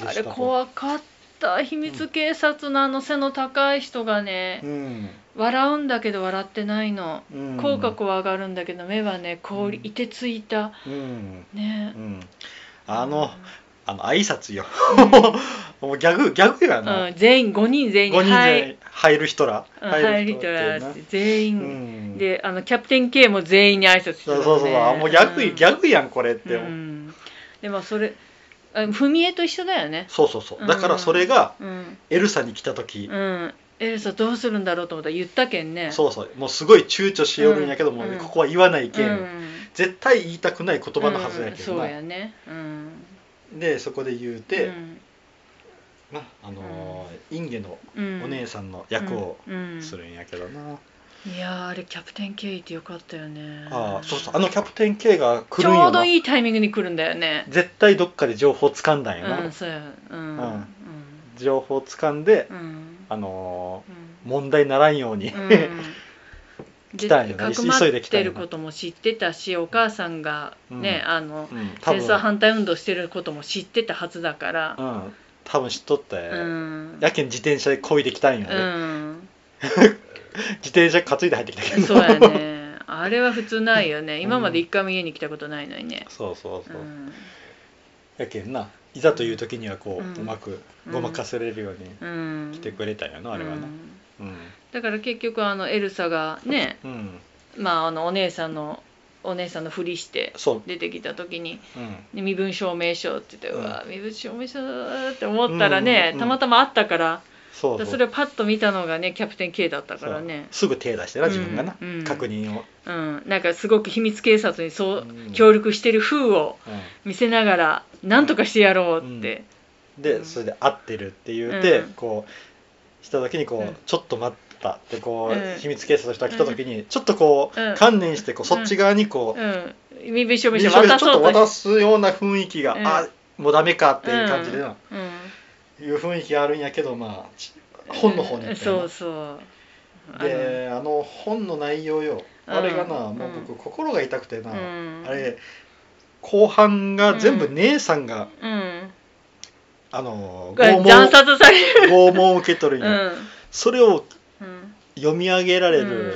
Speaker 2: あ
Speaker 1: ゲス
Speaker 2: れ
Speaker 1: タポ
Speaker 2: 怖かった秘密警察のあの背の高い人がね
Speaker 1: う、ん、
Speaker 2: 笑うんだけど笑ってないの
Speaker 1: うん、
Speaker 2: 口角は上がるんだけど目はね氷
Speaker 1: うん
Speaker 2: いてついた
Speaker 1: うん、
Speaker 2: ね
Speaker 1: うん、あの、
Speaker 2: う
Speaker 1: あの挨拶よ
Speaker 2: ん
Speaker 1: もうギャグギャグ や
Speaker 2: う
Speaker 1: な、
Speaker 2: ん全員5人全員
Speaker 1: 五人
Speaker 2: は
Speaker 1: で
Speaker 2: い
Speaker 1: 入る人ら、
Speaker 2: うん入る
Speaker 1: っ
Speaker 2: 人
Speaker 1: ていう
Speaker 2: ら
Speaker 1: な
Speaker 2: 全
Speaker 1: う
Speaker 2: 員
Speaker 1: ん、
Speaker 2: であのキャプテン K も全員に挨拶してた
Speaker 1: そ
Speaker 2: ね
Speaker 1: うそうそう、あもうギャグ、
Speaker 2: ん
Speaker 1: ギャグやんこれって、
Speaker 2: うんでもそれあ文江と一緒だよね
Speaker 1: そうそうそうだからそれが
Speaker 2: うん、
Speaker 1: エルサに来た時、
Speaker 2: うん、エルサどうするんだろうと思ったら言ったけんね
Speaker 1: そうそうもうすごい躊躇しよるんやけども、
Speaker 2: うん
Speaker 1: ここは言わないけん、
Speaker 2: うん
Speaker 1: 絶対言いたくない言葉のはずやけど
Speaker 2: うん
Speaker 1: な、
Speaker 2: そうやねうん
Speaker 1: でそこで言うて、
Speaker 2: うん
Speaker 1: なあのーインゲの
Speaker 2: うん
Speaker 1: お姉さんの役をするんやけどな、
Speaker 2: うんいやーあれキャプテン K ってよかったよね
Speaker 1: ああそうそうあのキャプテン K が来
Speaker 2: ち
Speaker 1: るん
Speaker 2: ょ
Speaker 1: よ
Speaker 2: う
Speaker 1: な
Speaker 2: どいいタイミングに来るんだよね
Speaker 1: 絶対どっかで情報つかんだんよな、
Speaker 2: うんそうやうん
Speaker 1: う
Speaker 2: うんん
Speaker 1: 情報つかんで、
Speaker 2: うん
Speaker 1: あの
Speaker 2: う
Speaker 1: ー
Speaker 2: ん
Speaker 1: 問題ならんよう に、
Speaker 2: うん
Speaker 1: 来たんよね
Speaker 2: でかくま
Speaker 1: 急いで来
Speaker 2: った
Speaker 1: んよね
Speaker 2: てることも知ってたしお母さんがね、
Speaker 1: う
Speaker 2: あの
Speaker 1: うん、多
Speaker 2: 戦争
Speaker 1: 分、
Speaker 2: 反対運動してることも知ってたはずだから
Speaker 1: うん、多分知っとった
Speaker 2: う
Speaker 1: よ、
Speaker 2: ん、
Speaker 1: やけん自転車でこいできたんよね、
Speaker 2: うん、
Speaker 1: 自転車担いで入ってきたけど
Speaker 2: そうやねあれは普通ないよね今まで一回も家に来たことないのにね
Speaker 1: そうそうそうう、
Speaker 2: ん
Speaker 1: やけんないざという時にはこう、
Speaker 2: うん
Speaker 1: うまくごまかせれるように
Speaker 2: うん
Speaker 1: 来てくれたんやな、あれは
Speaker 2: う
Speaker 1: な、
Speaker 2: ん
Speaker 1: うん
Speaker 2: だから結局あのエルサがね
Speaker 1: うん、
Speaker 2: まああのお姉さんのお姉さんのふりして
Speaker 1: そう、
Speaker 2: 出てきた時に
Speaker 1: うん、
Speaker 2: で身分証明書って言って、う
Speaker 1: うん
Speaker 2: わ身分証明書だって思ったら
Speaker 1: う
Speaker 2: ね、
Speaker 1: んうん
Speaker 2: たまたまあったから
Speaker 1: そう
Speaker 2: だ
Speaker 1: そ
Speaker 2: から
Speaker 1: う
Speaker 2: それをパッと見たのがねキャプテン K だったからね
Speaker 1: そうすぐ手出してな自分がな、
Speaker 2: うんうん
Speaker 1: 確認を、
Speaker 2: う、ん、なんかすごく秘密警察にそう
Speaker 1: うん
Speaker 2: 協力してる風を見せながらなんとかしてやろうって、
Speaker 1: うんでそれで合ってるって言うて、
Speaker 2: うん
Speaker 1: こうした時にこう、
Speaker 2: うん
Speaker 1: ちょっと待ったってこう、
Speaker 2: うん
Speaker 1: 秘密警察の人が来た時に、ちょっとこう、
Speaker 2: うん
Speaker 1: 観念してこうそっち側にこう、
Speaker 2: うん身分証明
Speaker 1: ちょ
Speaker 2: 書
Speaker 1: っと
Speaker 2: 渡そうと
Speaker 1: 渡
Speaker 2: し
Speaker 1: すような雰囲気が、
Speaker 2: うん
Speaker 1: あもうダメかっていう感じでな、
Speaker 2: うん
Speaker 1: いう雰囲気があるんやけどまあち本の方に行
Speaker 2: うん
Speaker 1: ったよな
Speaker 2: そうそうあの
Speaker 1: であの本の内容よ
Speaker 2: うん
Speaker 1: あれがな、
Speaker 2: うん
Speaker 1: もう僕心が痛くてな、
Speaker 2: うん
Speaker 1: あれ後半が全部姉さんが、
Speaker 2: うん
Speaker 1: あの拷
Speaker 2: 惨
Speaker 1: 問
Speaker 2: 殺される
Speaker 1: 拷問を受け取
Speaker 2: う
Speaker 1: るんよ、
Speaker 2: ん
Speaker 1: それを
Speaker 2: うん
Speaker 1: 読み上げられる、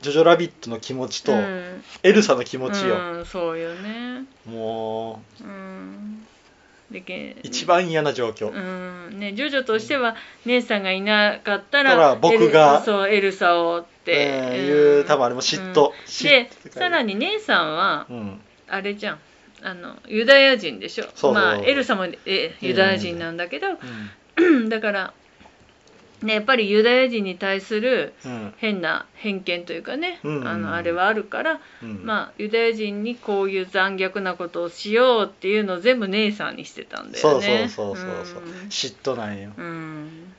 Speaker 1: ジョジョラビットの気持ちと、
Speaker 2: うん
Speaker 1: エルサの気持ちよ、
Speaker 2: うん、そうよね
Speaker 1: も
Speaker 2: うんでけ
Speaker 1: う一番嫌な状況、
Speaker 2: うんねジョジョとしては姉さんがいなかったら
Speaker 1: だから僕が
Speaker 2: エルそうエルサをって
Speaker 1: えーいう多分あれも嫉妬、嫉妬
Speaker 2: で
Speaker 1: とか
Speaker 2: さらに姉さんは
Speaker 1: うん
Speaker 2: あれじゃんあのユダヤ人でしょ
Speaker 1: そう
Speaker 2: まあエルサもえユダヤ人なんだけど、
Speaker 1: うん
Speaker 2: だからねやっぱりユダヤ人に対する
Speaker 1: うん
Speaker 2: 変な偏見というかね、
Speaker 1: うん
Speaker 2: あのあれはあるから、
Speaker 1: うん
Speaker 2: まあユダヤ人にこういう残虐なことをしようっていうのを全部姉さんにしてたんだ
Speaker 1: そ
Speaker 2: よ
Speaker 1: うそう
Speaker 2: ね。
Speaker 1: そうそうそう嫉妬なんよ
Speaker 2: うんうん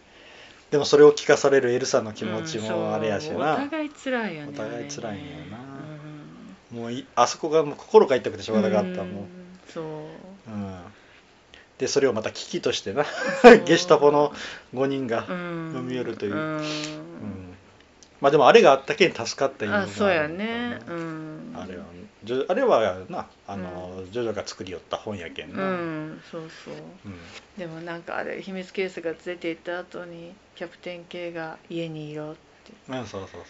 Speaker 1: でもそれを聞かされるエルサの気持ち
Speaker 2: うんそう
Speaker 1: もあれやし
Speaker 2: お
Speaker 1: な、
Speaker 2: 互い辛いよね
Speaker 1: お互い辛いよな
Speaker 2: あれね
Speaker 1: もういあそこがもう心が痛くてしょ
Speaker 2: うん
Speaker 1: うがなかったもん
Speaker 2: んそう
Speaker 1: うん、でそれをまた危機としてな
Speaker 2: そ う
Speaker 1: ゲシュタポの5人が、うん
Speaker 2: 読
Speaker 1: み寄るという
Speaker 2: うん
Speaker 1: まあでもあれがあったけん助かったいうのが
Speaker 2: あそうや
Speaker 1: るのかな
Speaker 2: ねうん
Speaker 1: あれはジョあれはなあの、ジョジョが作り寄った本やけん
Speaker 2: う
Speaker 1: な、
Speaker 2: んそうそう
Speaker 1: うん
Speaker 2: でもなんかあれ秘密警察が出て行った後にキャプテン K が家にいろ
Speaker 1: うんそうそうそう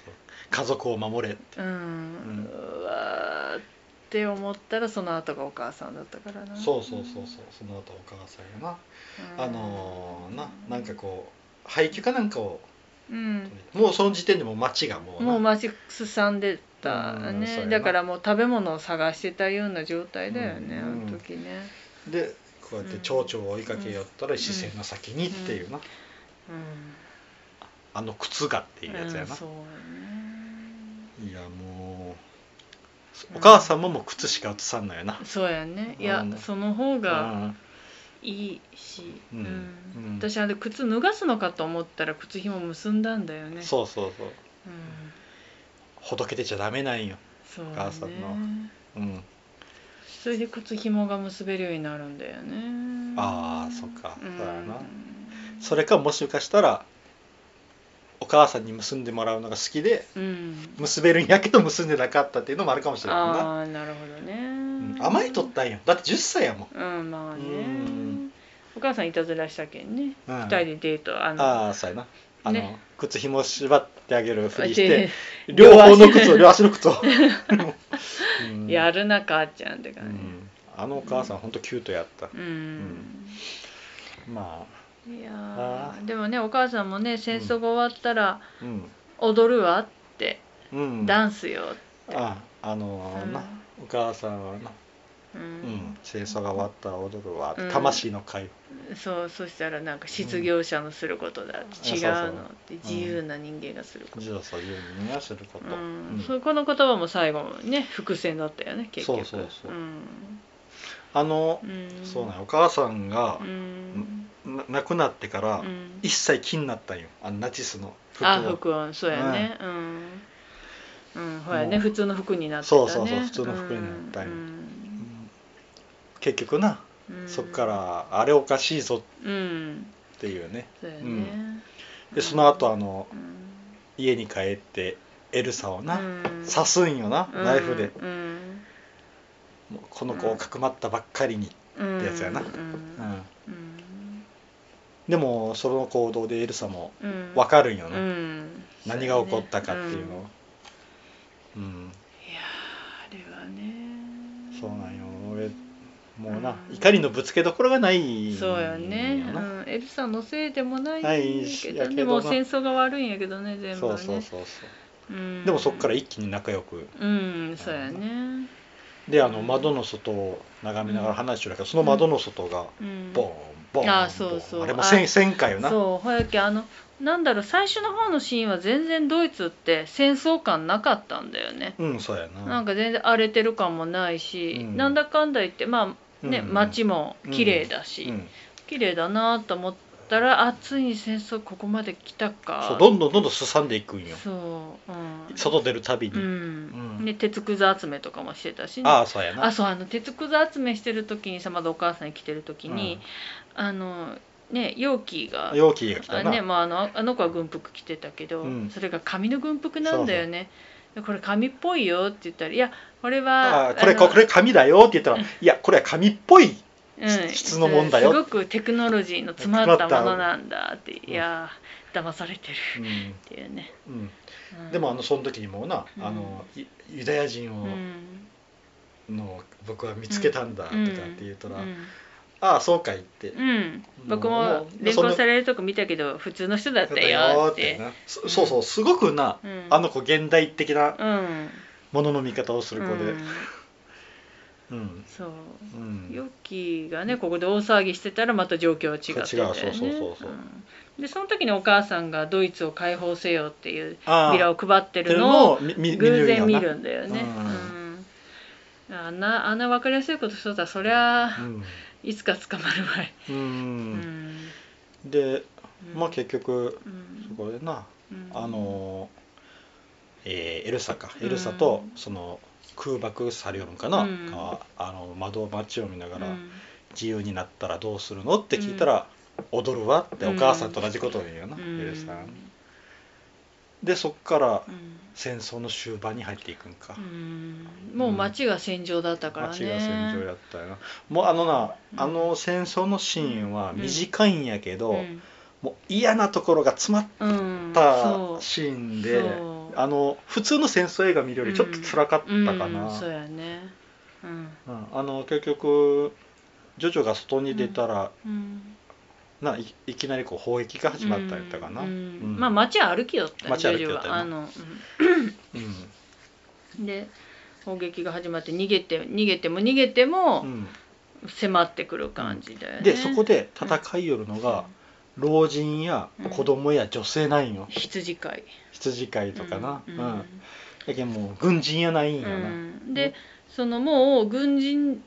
Speaker 1: 家族を守れ
Speaker 2: うん、うわーって思ったらその後がお母さんだったからな
Speaker 1: そうそうそうそうその後お母さんがなあのーななんかこう廃墟かなんかを
Speaker 2: う、うん、
Speaker 1: もうその時点でもう街がもうな
Speaker 2: もう街すさんでた
Speaker 1: うんそう
Speaker 2: ね
Speaker 1: やな
Speaker 2: だからもう食べ物を探してたような状態だよね、
Speaker 1: うんうん
Speaker 2: あの時ね、
Speaker 1: でこうやって蝶々を追いかけよったら視線の先にっていうな、
Speaker 2: うん、
Speaker 1: あの靴がっていうやつや
Speaker 2: うん
Speaker 1: な
Speaker 2: そ、うや
Speaker 1: いやもう
Speaker 2: うん
Speaker 1: お母さんももう靴しか写さんのやな
Speaker 2: ねそうやねいや、
Speaker 1: うん
Speaker 2: その方
Speaker 1: う
Speaker 2: が
Speaker 1: ん
Speaker 2: いいし、
Speaker 1: う
Speaker 2: うんん
Speaker 1: うん
Speaker 2: 私あれ靴脱がすのかと思ったら靴紐結んだんだよね
Speaker 1: そうそうそう
Speaker 2: うん、
Speaker 1: ほどけてちゃダメなんよ
Speaker 2: そう
Speaker 1: お
Speaker 2: ね
Speaker 1: 母さんのうん
Speaker 2: それで靴紐が結べるようになるんだよね
Speaker 1: あーそっか
Speaker 2: ん
Speaker 1: そうやなそれかもしかしたらお母さんに結んでもらうのが好きで
Speaker 2: うん
Speaker 1: 結べるんやけど結んでなかったっていうのもあるかもしれないな
Speaker 2: ああーなるほどね、
Speaker 1: うん甘えとったんよだって10歳やもん、
Speaker 2: うんまあね
Speaker 1: うん
Speaker 2: お母さんいたずらしたけんね
Speaker 1: うん、
Speaker 2: 二人でデートあの
Speaker 1: ああそうやなあの、
Speaker 2: ね
Speaker 1: 靴紐縛ってあげるふりし
Speaker 2: で
Speaker 1: て 両方の靴を両
Speaker 2: 両
Speaker 1: 足の靴を、うん
Speaker 2: やるな母ちゃんって
Speaker 1: う
Speaker 2: 感
Speaker 1: ん、あのお母さんほんとキュートやった
Speaker 2: じうん、
Speaker 1: ま
Speaker 2: いや
Speaker 1: あ
Speaker 2: ーでもねお母さんもね戦争が終わったら
Speaker 1: あうん
Speaker 2: 踊るわって、
Speaker 1: うん
Speaker 2: ダンスよ
Speaker 1: ああのー
Speaker 2: うん
Speaker 1: なお母さんはな、
Speaker 2: う
Speaker 1: うんん、清掃が終わったら踊るわ、
Speaker 2: うん
Speaker 1: 魂の会
Speaker 2: そうそしたらなんか失業者のすることだって、
Speaker 1: うん
Speaker 2: 違う
Speaker 1: あそう
Speaker 2: の
Speaker 1: そう
Speaker 2: って自由な人間がすること、
Speaker 1: 児童さん言うにはすること、
Speaker 2: うん
Speaker 1: うん
Speaker 2: そこの言葉も最後もね伏線だったよね結局
Speaker 1: そうそうそうんあの、
Speaker 2: うん
Speaker 1: そうなんよお母さんが
Speaker 2: う、ん
Speaker 1: な亡くなってから、
Speaker 2: うん
Speaker 1: 一切気になったんよあのナチスの服
Speaker 2: あ
Speaker 1: を
Speaker 2: 服はそうやねうん、うん、ほら
Speaker 1: も
Speaker 2: ね
Speaker 1: う
Speaker 2: 普通の服になってたね
Speaker 1: そうそうそう普通の服になったよ
Speaker 2: うん
Speaker 1: 結局な、
Speaker 2: うん
Speaker 1: そっからあれおかしいぞ
Speaker 2: うん
Speaker 1: っていうね
Speaker 2: そうやね、
Speaker 1: うんでその後あの
Speaker 2: うん
Speaker 1: 家に帰ってエルサをな、
Speaker 2: うん
Speaker 1: 刺すんよな、
Speaker 2: うん
Speaker 1: ナイフで
Speaker 2: うん
Speaker 1: もうこの子をかくまったばっかりに、
Speaker 2: うん
Speaker 1: ってやつやな
Speaker 2: うん
Speaker 1: うん
Speaker 2: うん
Speaker 1: でもその行動でエルサも
Speaker 2: うん
Speaker 1: 分かるんよ
Speaker 2: う
Speaker 1: な、
Speaker 2: ん
Speaker 1: 何が起こったかっていうのを
Speaker 2: んい
Speaker 1: うん、
Speaker 2: やーあれはね
Speaker 1: そうなんよ俺もうな、
Speaker 2: うん
Speaker 1: 怒りのぶつけどころがないんよな
Speaker 2: そうやね、うん、エルサのせいでもない
Speaker 1: ない
Speaker 2: け
Speaker 1: し
Speaker 2: ど
Speaker 1: やけどな
Speaker 2: でも戦争が悪いんやけどね全部
Speaker 1: そ
Speaker 2: は
Speaker 1: う
Speaker 2: ね
Speaker 1: そうそうそう
Speaker 2: うん
Speaker 1: でもそっから一気に仲良く
Speaker 2: うんそうやね
Speaker 1: であの窓の外を眺めながら話してるけど、その窓の外が
Speaker 2: うん
Speaker 1: ボーンボーンボーン
Speaker 2: あーそうそう
Speaker 1: あれも
Speaker 2: あ
Speaker 1: せん1000回よな
Speaker 2: そうほやけあのなんだろう最初の方のシーンは全然ドイツって戦争感なかったんだよね、
Speaker 1: うんそうやな
Speaker 2: なんか全然荒れてる感もないし、
Speaker 1: うん
Speaker 2: なんだかんだ言ってまあね、
Speaker 1: うん
Speaker 2: 街も綺麗だし、
Speaker 1: うん、
Speaker 2: 綺麗だなと思ったらあついに戦争ここまで来たか
Speaker 1: そうどんどんどんどんすさんでいくんよ
Speaker 2: そう、うん、
Speaker 1: 外出るたびに、
Speaker 2: うん
Speaker 1: うん
Speaker 2: ね鉄くず集めとかもしてたし、ね、
Speaker 1: ああそうやな
Speaker 2: あそうあの鉄くず集めしてる時にさまだお母さんに来てる時に、あのね容器が
Speaker 1: うん、容器が来た
Speaker 2: あ
Speaker 1: な、
Speaker 2: ねまあ、あのあの子は軍服着てたけど、
Speaker 1: うん
Speaker 2: それが紙の軍服なんだよねでこれ紙っぽいよって言ったら「いやこれは
Speaker 1: あーこれ
Speaker 2: あの
Speaker 1: これ紙だよって言ったら「いやこれは紙っぽい
Speaker 2: うん、
Speaker 1: 質のもんだよ
Speaker 2: すごくテクノロジーの詰まったものなんだ」って「
Speaker 1: た
Speaker 2: いやー騙されてる」」
Speaker 1: うん
Speaker 2: っていうね、
Speaker 1: うん
Speaker 2: うん
Speaker 1: でもあのその時にもうな、あのユユダヤ人
Speaker 2: う
Speaker 1: を、
Speaker 2: ん
Speaker 1: の僕は見つけたんだとかって言ったら「
Speaker 2: うん
Speaker 1: ああそうか言って」
Speaker 2: うん、僕
Speaker 1: も
Speaker 2: も
Speaker 1: う
Speaker 2: 連
Speaker 1: その
Speaker 2: 行されるとこ見たけど普通の人だった
Speaker 1: だ
Speaker 2: よ
Speaker 1: よー
Speaker 2: っ
Speaker 1: って
Speaker 2: て
Speaker 1: なそそうそうすごくな、
Speaker 2: うん
Speaker 1: あの子現代的な
Speaker 2: うん
Speaker 1: ものの見方をする子で
Speaker 2: うん
Speaker 1: うん
Speaker 2: そう
Speaker 1: うん
Speaker 2: ヨッキーがねここで大騒ぎしてたらまた状況は違ってたよね
Speaker 1: 違うそうそうそうそうん
Speaker 2: でその時にお母さんがドイツを解放せよっていう
Speaker 1: ああ
Speaker 2: ビラを配って
Speaker 1: て
Speaker 2: るのを
Speaker 1: をみ見
Speaker 2: 偶然見
Speaker 1: るよ
Speaker 2: るんだよね
Speaker 1: うん
Speaker 2: うんあんなあんな分かりやすいことしとったらそりゃ
Speaker 1: なうん
Speaker 2: いつか捕まるわい、
Speaker 1: う
Speaker 2: うんん
Speaker 1: でまあ
Speaker 2: うん
Speaker 1: 結局
Speaker 2: うん
Speaker 1: そこでな
Speaker 2: うん
Speaker 1: あのえーエルサか
Speaker 2: うん
Speaker 1: エルサとその空爆サリオンかな、
Speaker 2: うん
Speaker 1: があの窓街を見ながら
Speaker 2: うん
Speaker 1: 「自由になったらどうするの?」って聞いたら「踊るわ」ってお母さんと同じことを言うよな、エルサでそっから
Speaker 2: うん
Speaker 1: 戦争の終盤に入っていくんか、
Speaker 2: うんもう街が戦場だったからね
Speaker 1: 街が戦場やったよなもうあのな、
Speaker 2: うん
Speaker 1: あの戦争のシーンは
Speaker 2: うん
Speaker 1: 短いんやけど、
Speaker 2: うん
Speaker 1: もう嫌なところが詰まっ
Speaker 2: うん
Speaker 1: た
Speaker 2: そう
Speaker 1: シーンで、
Speaker 2: そう
Speaker 1: あの普通の戦争映画見るよりちょっと辛かったかな、うん
Speaker 2: うんそうやねうん
Speaker 1: あの結局ジョジョが外に出たら、
Speaker 2: うん
Speaker 1: ないいきなりこう砲撃が始まったんやったかな、
Speaker 2: う
Speaker 1: うんん
Speaker 2: まあ街は歩きよったよ
Speaker 1: 街歩きよった
Speaker 2: ジョジョ
Speaker 1: よ
Speaker 2: は
Speaker 1: な
Speaker 2: あの、うん、で砲撃が始まって逃げて逃げても逃げて
Speaker 1: う
Speaker 2: も
Speaker 1: ん
Speaker 2: 迫ってくる感じだよね、
Speaker 1: でそこで戦いよるのが、老人や子供や女性なんよ、
Speaker 2: 羊飼い
Speaker 1: 羊飼いとかな、う
Speaker 2: う
Speaker 1: んん
Speaker 2: うん
Speaker 1: やけんもう軍人やないんよな、
Speaker 2: うんでそのもう軍人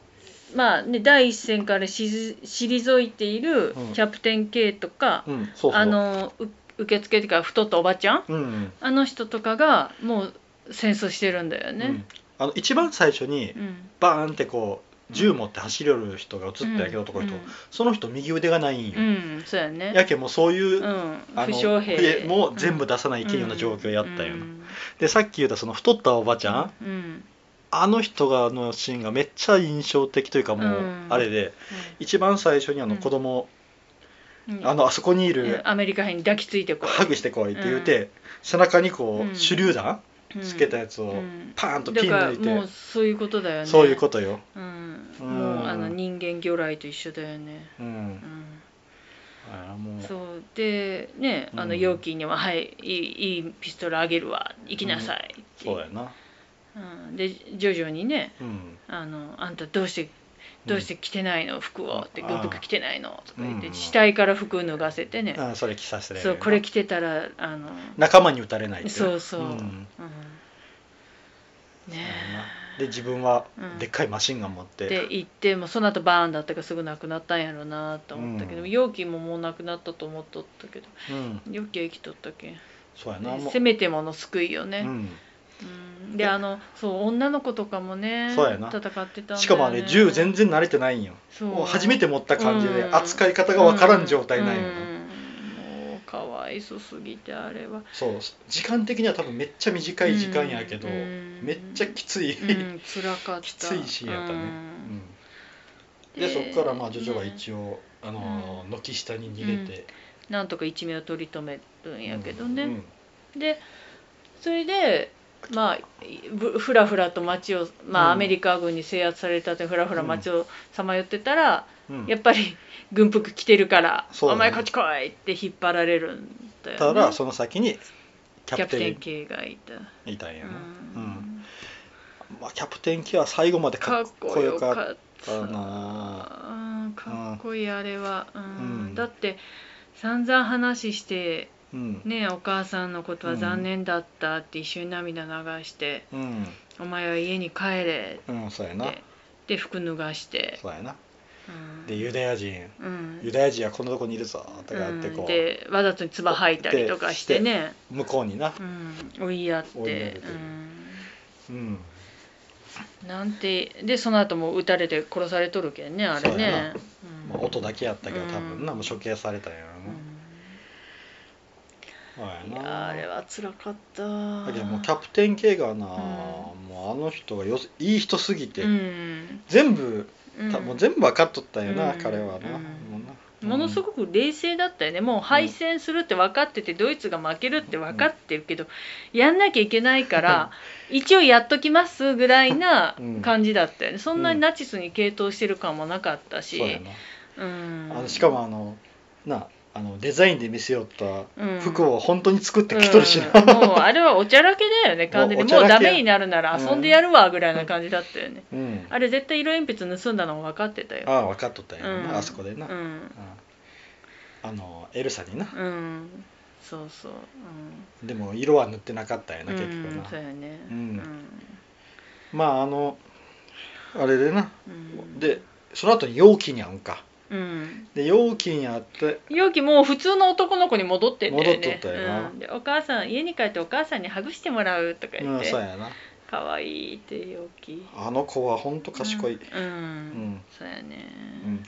Speaker 2: まあね第一線からしず退いている
Speaker 1: うん
Speaker 2: キャプテン K とか、
Speaker 1: うん、そうそう
Speaker 2: あのう受付っていうか太ったおばちゃん
Speaker 1: うんうん
Speaker 2: あの人とかがもう戦争してるんだよ
Speaker 1: う
Speaker 2: ね
Speaker 1: ん。あの一番最初に
Speaker 2: うん
Speaker 1: バーンってこう銃持って走り寄る人が映ったやけどとこの人、その人右腕がないんよ、
Speaker 2: うん、うん、そうやね
Speaker 1: やけもうそういうう、
Speaker 2: ん、
Speaker 1: あ
Speaker 2: 負
Speaker 1: の
Speaker 2: 傷兵
Speaker 1: 笛も全部
Speaker 2: 出
Speaker 1: 出さないけんような状況やったよ、
Speaker 2: うん
Speaker 1: でさっき言ったその太ったおばちゃん、
Speaker 2: うんうん
Speaker 1: あの人がのシーンがめっちゃ印象的というかもう
Speaker 2: うん
Speaker 1: あれで、一番最初にあの子供、
Speaker 2: うん
Speaker 1: あのあそこにいうる
Speaker 2: ん、アメリカ兵に抱きついてこい
Speaker 1: ハグしてこいって言うて、背中にこ
Speaker 2: うん
Speaker 1: う手榴弾つけたやつ
Speaker 2: うんう
Speaker 1: を
Speaker 2: ん
Speaker 1: パーンと
Speaker 2: だ
Speaker 1: ピン
Speaker 2: から
Speaker 1: 抜い
Speaker 2: もう
Speaker 1: て、
Speaker 2: そういうことだよね
Speaker 1: そういうことよ、
Speaker 2: と、うん、
Speaker 1: うん
Speaker 2: もうあの人間魚雷と一緒だよね、
Speaker 1: う、
Speaker 2: うんん、
Speaker 1: あーもう
Speaker 2: そうでねあの
Speaker 1: うん
Speaker 2: 容器には「はいいいいいピストルあげるわ行きなさい」って
Speaker 1: そうだよな、
Speaker 2: うん、で徐々にね
Speaker 1: うん、
Speaker 2: あの「あんたどうしてどうして着てないの服を」って「
Speaker 1: ああ
Speaker 2: 服着てないの」とか言って
Speaker 1: うん
Speaker 2: 死体から服脱がせてね、
Speaker 1: あーそれ着させて
Speaker 2: そうこれ着てたらあの
Speaker 1: 仲間に撃たれないってい
Speaker 2: そうそう、うん
Speaker 1: ん
Speaker 2: ね
Speaker 1: で自分は
Speaker 2: うん
Speaker 1: でっかいマシンガン持って、
Speaker 2: えで行ってもうその後バーンだったからすぐなくなったんやろうなと思ったけど、
Speaker 1: うん
Speaker 2: 容器ももうなくなったと思っとったけど
Speaker 1: うん、
Speaker 2: 容器は生きとったけん
Speaker 1: そうやな
Speaker 2: ね
Speaker 1: もう
Speaker 2: せめてもの救いよね、
Speaker 1: う
Speaker 2: うんであのそう女の子とかもね
Speaker 1: そうやな
Speaker 2: 戦ってたんだよね
Speaker 1: ん、しかもあれ銃全然慣れてないんよ、
Speaker 2: そう
Speaker 1: もう初めて持った感じで
Speaker 2: うん
Speaker 1: 扱い方がわからん状態なんよな、
Speaker 2: うんもうかわいそすぎてあれは
Speaker 1: そう時間的には多分めっちゃ短い時間やけど、めっちゃきつい、
Speaker 2: うん辛かった
Speaker 1: きついシーンやったねう
Speaker 2: う
Speaker 1: んんでそこからまあ
Speaker 2: で
Speaker 1: ジョジョは一応、あのー軒下に逃げて、
Speaker 2: なんとか一命を取り留めるんやけどね、
Speaker 1: うんうん
Speaker 2: でそれでまあいぶふらふらと街を、ま
Speaker 1: う
Speaker 2: あ、
Speaker 1: ん
Speaker 2: アメリカ軍に制圧されたってふらふら街をさまよってたら、
Speaker 1: うん
Speaker 2: やっぱり軍服着てるから「
Speaker 1: そうだ
Speaker 2: お
Speaker 1: ね
Speaker 2: 前こっち来い!」って引っ張られるんだよ、ね、
Speaker 1: ただその先にキ
Speaker 2: キャ
Speaker 1: ャプ
Speaker 2: プテ
Speaker 1: テ
Speaker 2: ン系がいた、
Speaker 1: ンいたんやな、
Speaker 2: う
Speaker 1: うん
Speaker 2: ん
Speaker 1: まあ、キャプテン系は最後まで
Speaker 2: か
Speaker 1: か
Speaker 2: っ
Speaker 1: っ
Speaker 2: こ
Speaker 1: こ
Speaker 2: よ
Speaker 1: よ
Speaker 2: か
Speaker 1: か
Speaker 2: っ
Speaker 1: ったたな
Speaker 2: うんかっこいいあれは、うん
Speaker 1: うん
Speaker 2: だって散々話して
Speaker 1: うん、
Speaker 2: ねお母さんのことは残念だったって一緒に涙流して
Speaker 1: うん
Speaker 2: 「お前は家に帰れ」
Speaker 1: うん、そうや
Speaker 2: っ
Speaker 1: な
Speaker 2: てで服脱がして、
Speaker 1: そうやな
Speaker 2: うん、
Speaker 1: でユダヤ人
Speaker 2: うん
Speaker 1: ユダヤ人はこんなとこにいるぞとか
Speaker 2: う
Speaker 1: やって
Speaker 2: ん
Speaker 1: こ
Speaker 2: でわざと唾吐いたりとかしてね、
Speaker 1: う向こうにな
Speaker 2: うん、追いやっ
Speaker 1: 追いやら
Speaker 2: て
Speaker 1: れてるうん
Speaker 2: うん、なんてでその後も撃たれて殺されとるけんねあれ
Speaker 1: そうや
Speaker 2: ね
Speaker 1: な、まあ音だけやったけど
Speaker 2: うん
Speaker 1: 多分なもう処刑されたんやろなそうや
Speaker 2: うんいやー
Speaker 1: な
Speaker 2: あれは辛かった
Speaker 1: だけどもうキャプテン系がなもうあの人がよすいい人すぎて全部
Speaker 2: うん
Speaker 1: たもう全部分かっとったんやな
Speaker 2: うん
Speaker 1: 彼はな
Speaker 2: うん
Speaker 1: もうな
Speaker 2: ものすごく冷静だったよねもう敗戦するって分かってて、ドイツが負けるって分かってるけど、やんなきゃいけないから一応やっときますぐらいな
Speaker 1: うん
Speaker 2: 感じだったよねそんなに
Speaker 1: うん
Speaker 2: ナチスに傾倒してる感もなかったし、
Speaker 1: そうや
Speaker 2: うん
Speaker 1: なあのしかもあのなあのデザインで見せよった
Speaker 2: うん
Speaker 1: 服を本当に作って着とるし
Speaker 2: う
Speaker 1: なん
Speaker 2: もうあれはおちゃらけだよね完全に
Speaker 1: もうおち
Speaker 2: も
Speaker 1: ゃ
Speaker 2: う
Speaker 1: らけ
Speaker 2: ダメになるなら遊んでやるわぐらいな感じだったよね、
Speaker 1: うん
Speaker 2: あれ絶対色鉛筆盗んだのも分かってたよ
Speaker 1: ああ分かっとったんやろ
Speaker 2: うん
Speaker 1: なあそこでな
Speaker 2: う
Speaker 1: うん
Speaker 2: ん
Speaker 1: あのエルサにな
Speaker 2: うんそうそう
Speaker 1: でも色は塗ってなかったんや
Speaker 2: う
Speaker 1: な
Speaker 2: ん、
Speaker 1: 結局
Speaker 2: うん
Speaker 1: な
Speaker 2: そうやね
Speaker 1: うんまああのあれでな
Speaker 2: うん
Speaker 1: でその後に容器に会うんか
Speaker 2: うん
Speaker 1: で容器に会って
Speaker 2: 陽気もう普通の男の子に戻ってんだよね
Speaker 1: 戻っとったよな
Speaker 2: うん、でお母さん家に帰ってお母さんにハグしてもらうとか
Speaker 1: う
Speaker 2: 言っ
Speaker 1: ん
Speaker 2: て、
Speaker 1: そうやな
Speaker 2: かわいいって陽気
Speaker 1: あの子は本当賢い、
Speaker 2: うん、うん
Speaker 1: うん
Speaker 2: そうやね
Speaker 1: うん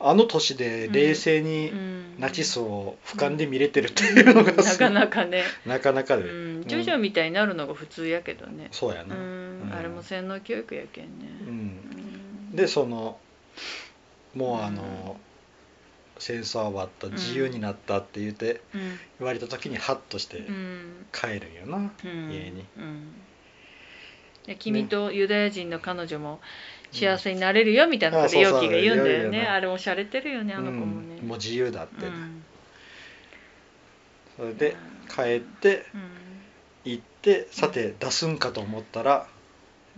Speaker 1: あの年で冷静に
Speaker 2: うん
Speaker 1: ナチスを俯瞰で見れてるっていうのが
Speaker 2: な
Speaker 1: すご
Speaker 2: か
Speaker 1: い
Speaker 2: なかね、
Speaker 1: なかなか
Speaker 2: う
Speaker 1: で、
Speaker 2: ん、ジョジョみたいになるのが普通やけどね、
Speaker 1: そうや
Speaker 2: う
Speaker 1: な、うん
Speaker 2: ん
Speaker 1: うん
Speaker 2: あれも洗脳教育やけんね、うん
Speaker 1: でそのもうあの、戦争は終わった自由になったって言って
Speaker 2: うん
Speaker 1: 言われた時にハッとして
Speaker 2: うん
Speaker 1: 帰るんよな、
Speaker 2: うん
Speaker 1: 家に
Speaker 2: うんで君とユダヤ人の彼女も幸せになれるよみたいなことで
Speaker 1: うんあそう
Speaker 2: 陽気
Speaker 1: そう
Speaker 2: が言うんだ
Speaker 1: 陽
Speaker 2: よ
Speaker 1: 気
Speaker 2: ね
Speaker 1: やな
Speaker 2: あれも洒落てるよねあの子もね、
Speaker 1: うんもう自由だって、
Speaker 2: うん
Speaker 1: それで帰って
Speaker 2: う
Speaker 1: 行ってさて出すんかと思ったら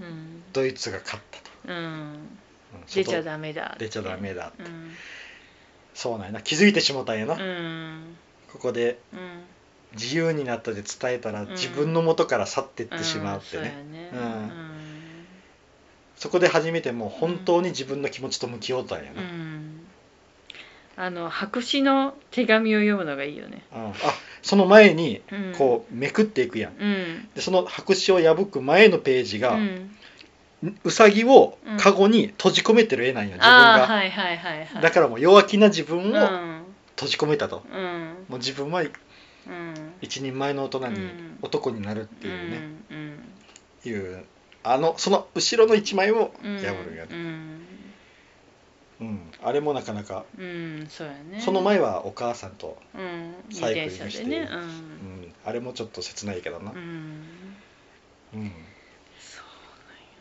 Speaker 2: ん
Speaker 1: ドイツが勝ったと、
Speaker 2: うんうん
Speaker 1: うん
Speaker 2: 出ちゃ
Speaker 1: 外
Speaker 2: ダメだ
Speaker 1: 出ちゃダメだ
Speaker 2: うん
Speaker 1: そうなんやな気づいてしもたんやな、
Speaker 2: うん
Speaker 1: ここで
Speaker 2: うん
Speaker 1: 自由になったで伝えたら
Speaker 2: うん
Speaker 1: 自分の元から去っていってしまうってね、
Speaker 2: うんそうやね
Speaker 1: そこで初めてもう本当に自分の気持ちと向き合うたんや
Speaker 2: う
Speaker 1: な、
Speaker 2: んう
Speaker 1: うん
Speaker 2: んあの白紙の手紙を読むのがいいよね
Speaker 1: あその前に
Speaker 2: うん
Speaker 1: こうめくっていくやん
Speaker 2: うん
Speaker 1: でその白紙を破く前のページが
Speaker 2: うん
Speaker 1: うさぎをカゴに閉じ込めてる絵なんよ、自分
Speaker 2: ああ
Speaker 1: が、
Speaker 2: はいはいはいはい
Speaker 1: だからもう弱気な自分を
Speaker 2: も
Speaker 1: 閉じ込めたと、
Speaker 2: うんうん
Speaker 1: もう自分は
Speaker 2: うん
Speaker 1: 一人前の大人に、
Speaker 2: うん
Speaker 1: 男になるっていうね、
Speaker 2: うん
Speaker 1: いうあのその後ろの一枚を
Speaker 2: うん
Speaker 1: 破るよね、
Speaker 2: うん
Speaker 1: うんあれもなかなか、
Speaker 2: うんそうやね
Speaker 1: その前はお母さんと、
Speaker 2: うん自
Speaker 1: サイクリン
Speaker 2: 転
Speaker 1: グして
Speaker 2: 車でねう
Speaker 1: うんん、あれもちょっと切ないけどな
Speaker 2: う、ん
Speaker 1: うん
Speaker 2: そ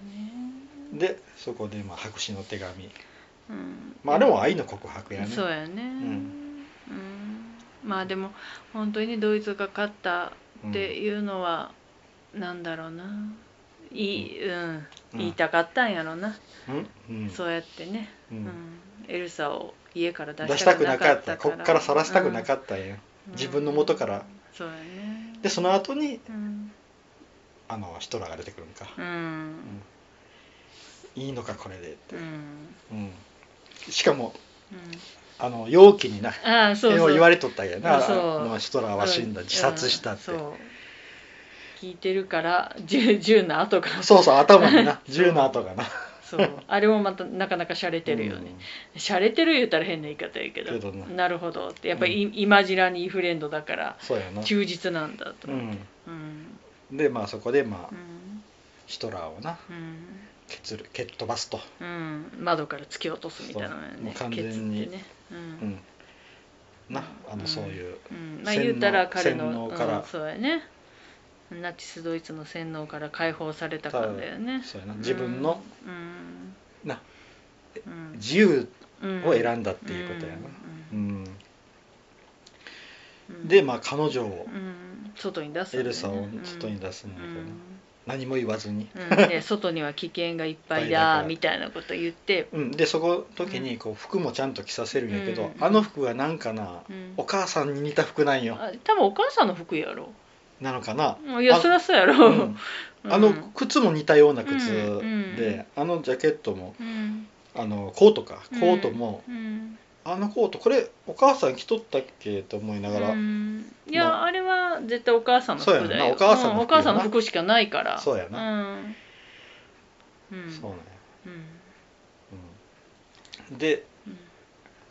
Speaker 2: うなんよね
Speaker 1: でそこでまあ白紙の手紙、
Speaker 2: うん
Speaker 1: まあ、あれも愛の告白やね
Speaker 2: そうやね
Speaker 1: ん
Speaker 2: うんまあでも本当にドイツが勝った
Speaker 1: うん
Speaker 2: っていうのは、なんだろうないい、うん、
Speaker 1: うん
Speaker 2: 言いたかったんやろな、
Speaker 1: うんうん
Speaker 2: そうやってね、
Speaker 1: う
Speaker 2: うん
Speaker 1: ん
Speaker 2: エルサを家から出
Speaker 1: 出
Speaker 2: し
Speaker 1: したた
Speaker 2: く
Speaker 1: く
Speaker 2: な
Speaker 1: な
Speaker 2: か
Speaker 1: か
Speaker 2: っ
Speaker 1: ったた
Speaker 2: か
Speaker 1: こ
Speaker 2: ら
Speaker 1: っから晒したくなかったんや、
Speaker 2: うん
Speaker 1: 自分の元から
Speaker 2: そうやね
Speaker 1: でその後に
Speaker 2: うん、
Speaker 1: あのヒトラーが出てくるんか、
Speaker 2: うん
Speaker 1: いいのかこれでって、
Speaker 2: うん
Speaker 1: うん、しかも
Speaker 2: う、
Speaker 1: あの容器になん
Speaker 2: ああそうそう
Speaker 1: 絵を言われとったんやな
Speaker 2: あそう
Speaker 1: あのヒトラーは死んだ
Speaker 2: うん
Speaker 1: 自殺したって、
Speaker 2: うんそう聞いてるから銃銃の後が
Speaker 1: そうそう頭にな銃の跡が な
Speaker 2: そうあれもまたなかなか洒落てるよね、洒落てる言うたら変な言い方やけど
Speaker 1: けどな
Speaker 2: るほどってやっぱりイ,、マジラにフレンドだから
Speaker 1: そうやな、
Speaker 2: 忠実なんだと、
Speaker 1: う
Speaker 2: うん
Speaker 1: ん、でまあそこでまあ
Speaker 2: うん
Speaker 1: ヒトラーをな
Speaker 2: うん
Speaker 1: 蹴つる蹴っ飛ばすと、
Speaker 2: うん窓から突き落とすみたいなのや
Speaker 1: そうも
Speaker 2: ね
Speaker 1: う完全に
Speaker 2: ケツってね、うん
Speaker 1: うん、なあ
Speaker 2: う
Speaker 1: の
Speaker 2: ん
Speaker 1: そういう、
Speaker 2: うんまあ
Speaker 1: 洗脳
Speaker 2: 言うたら彼の
Speaker 1: 洗脳から
Speaker 2: うんそうやねナチスドイツの洗脳から解放されたからだよね
Speaker 1: そうやな自分の
Speaker 2: うん
Speaker 1: な
Speaker 2: うん
Speaker 1: 自由
Speaker 2: うん
Speaker 1: を選んだっていうことやな、う
Speaker 2: う
Speaker 1: ん
Speaker 2: んうん
Speaker 1: でまあ彼女を
Speaker 2: うん外に出すんだ
Speaker 1: エ
Speaker 2: よね
Speaker 1: ルサを外に出すんだけどな、何も言わずに、
Speaker 2: うんうんで外には危険がいっ ぱいだみたいなこと言って、
Speaker 1: うん、でそこ時にこう服もちゃんと着させるんやけど、
Speaker 2: うん
Speaker 1: あの服がなんかな、
Speaker 2: うん
Speaker 1: お母さんに似た服なんよ
Speaker 2: あ多分お母さんの服やろ
Speaker 1: なのかな、
Speaker 2: いや
Speaker 1: あ
Speaker 2: そりゃそうや
Speaker 1: う
Speaker 2: ろ、
Speaker 1: ん、あの靴も似たような靴で、
Speaker 2: うんうん
Speaker 1: あのジャケットも
Speaker 2: うん
Speaker 1: あのコートかコートも、
Speaker 2: うん
Speaker 1: あのコートこれお母さん着とったっけと思いながら、
Speaker 2: うんいや、
Speaker 1: まあ
Speaker 2: あ、れは絶対お母さんの服
Speaker 1: そう
Speaker 2: だ
Speaker 1: や
Speaker 2: よ
Speaker 1: んなお母さんの服やな
Speaker 2: うお母さんの服しかないから
Speaker 1: そうやな、
Speaker 2: うんうん
Speaker 1: そうね、
Speaker 2: うん
Speaker 1: うん、で
Speaker 2: うん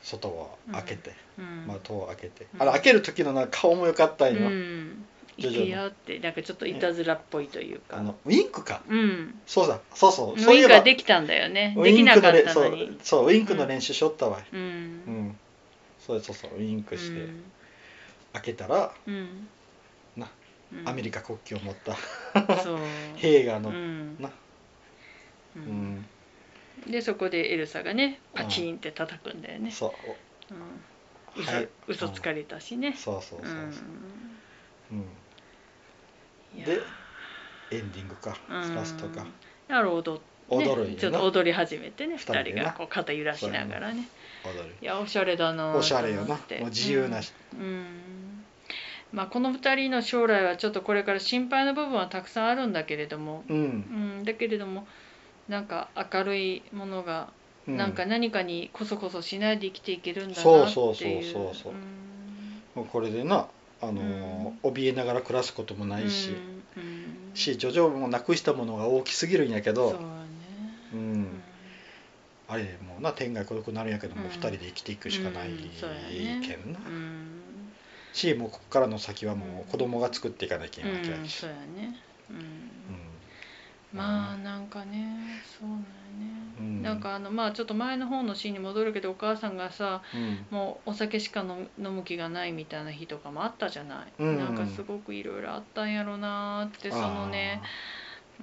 Speaker 1: 外を開けて、
Speaker 2: うん
Speaker 1: まあ、戸を開けて、
Speaker 2: うん
Speaker 1: あれ開ける時のな顔も良かった
Speaker 2: うん
Speaker 1: よ、
Speaker 2: ん
Speaker 1: 徐
Speaker 2: 行
Speaker 1: 々に
Speaker 2: けよってなんかちょっといたずらっぽいというか
Speaker 1: あのウィンクか
Speaker 2: うん
Speaker 1: そうだそうそう
Speaker 2: ウ
Speaker 1: そうい
Speaker 2: イ
Speaker 1: え
Speaker 2: ンク
Speaker 1: ば
Speaker 2: はできたんだよね
Speaker 1: ウ
Speaker 2: で
Speaker 1: イ
Speaker 2: き
Speaker 1: ン
Speaker 2: な
Speaker 1: ク
Speaker 2: か
Speaker 1: の
Speaker 2: っ
Speaker 1: れ
Speaker 2: た
Speaker 1: そ
Speaker 2: の
Speaker 1: う
Speaker 2: に
Speaker 1: そうウインクの練習しとったわ
Speaker 2: う
Speaker 1: うんんそうそうそうウインクして、
Speaker 2: うん
Speaker 1: 開けたら
Speaker 2: うん
Speaker 1: な
Speaker 2: うん
Speaker 1: アメリカ国旗を持った
Speaker 2: そう
Speaker 1: 兵がの、
Speaker 2: うん
Speaker 1: な
Speaker 2: う
Speaker 1: うんん
Speaker 2: でそこでエルサがねパチンって叩くんだよね
Speaker 1: そう
Speaker 2: うん
Speaker 1: お
Speaker 2: 嘘嘘つかれたしね
Speaker 1: うんそうそうそううそう、うん
Speaker 2: んいや
Speaker 1: でエンディングか、
Speaker 2: うん
Speaker 1: ラストか
Speaker 2: やろう踊って、
Speaker 1: 踊るんやな
Speaker 2: ちょっと踊り始めてね
Speaker 1: 二人
Speaker 2: 二
Speaker 1: で
Speaker 2: 人
Speaker 1: な
Speaker 2: がこう肩揺らしながらね
Speaker 1: 踊る
Speaker 2: いやおしゃれだなぁ
Speaker 1: おしゃれよ
Speaker 2: と
Speaker 1: な
Speaker 2: 思って
Speaker 1: もう自由なし、
Speaker 2: うん、うんまあこの二人の将来はちょっとこれから心配な部分はたくさんあるんだけれども、
Speaker 1: うん
Speaker 2: うん、だけれどもなんか明るいものが、
Speaker 1: う
Speaker 2: なんか何かにこそこそしないで生きていけるんだ
Speaker 1: そう
Speaker 2: なっていう
Speaker 1: そうそうそうそう
Speaker 2: うん
Speaker 1: もうこれでなあのー、怯えながら暮らすこともないし、
Speaker 2: うんうん
Speaker 1: しジョジョもなくしたものが大きすぎるんやけ
Speaker 2: そうね
Speaker 1: ど、うんあれもうな天涯孤独になるんやけど、もう
Speaker 2: うん
Speaker 1: 2人で生きていくしかない、
Speaker 2: うんそうやね
Speaker 1: けんな、
Speaker 2: うん
Speaker 1: しもうここからの先はもう子供が作っていかなきゃいけない
Speaker 2: うん
Speaker 1: し、
Speaker 2: そうやねうん
Speaker 1: うん
Speaker 2: まあなんかねそうなんやね、
Speaker 1: うん
Speaker 2: なんかあのまあちょっと前の方のシーンに戻るけどお母さんがさ
Speaker 1: うん
Speaker 2: もうお酒しか飲む飲む気がないみたいな日とかもあったじゃない、
Speaker 1: うん
Speaker 2: なんかすごくいろいろあったんやろなーってそのね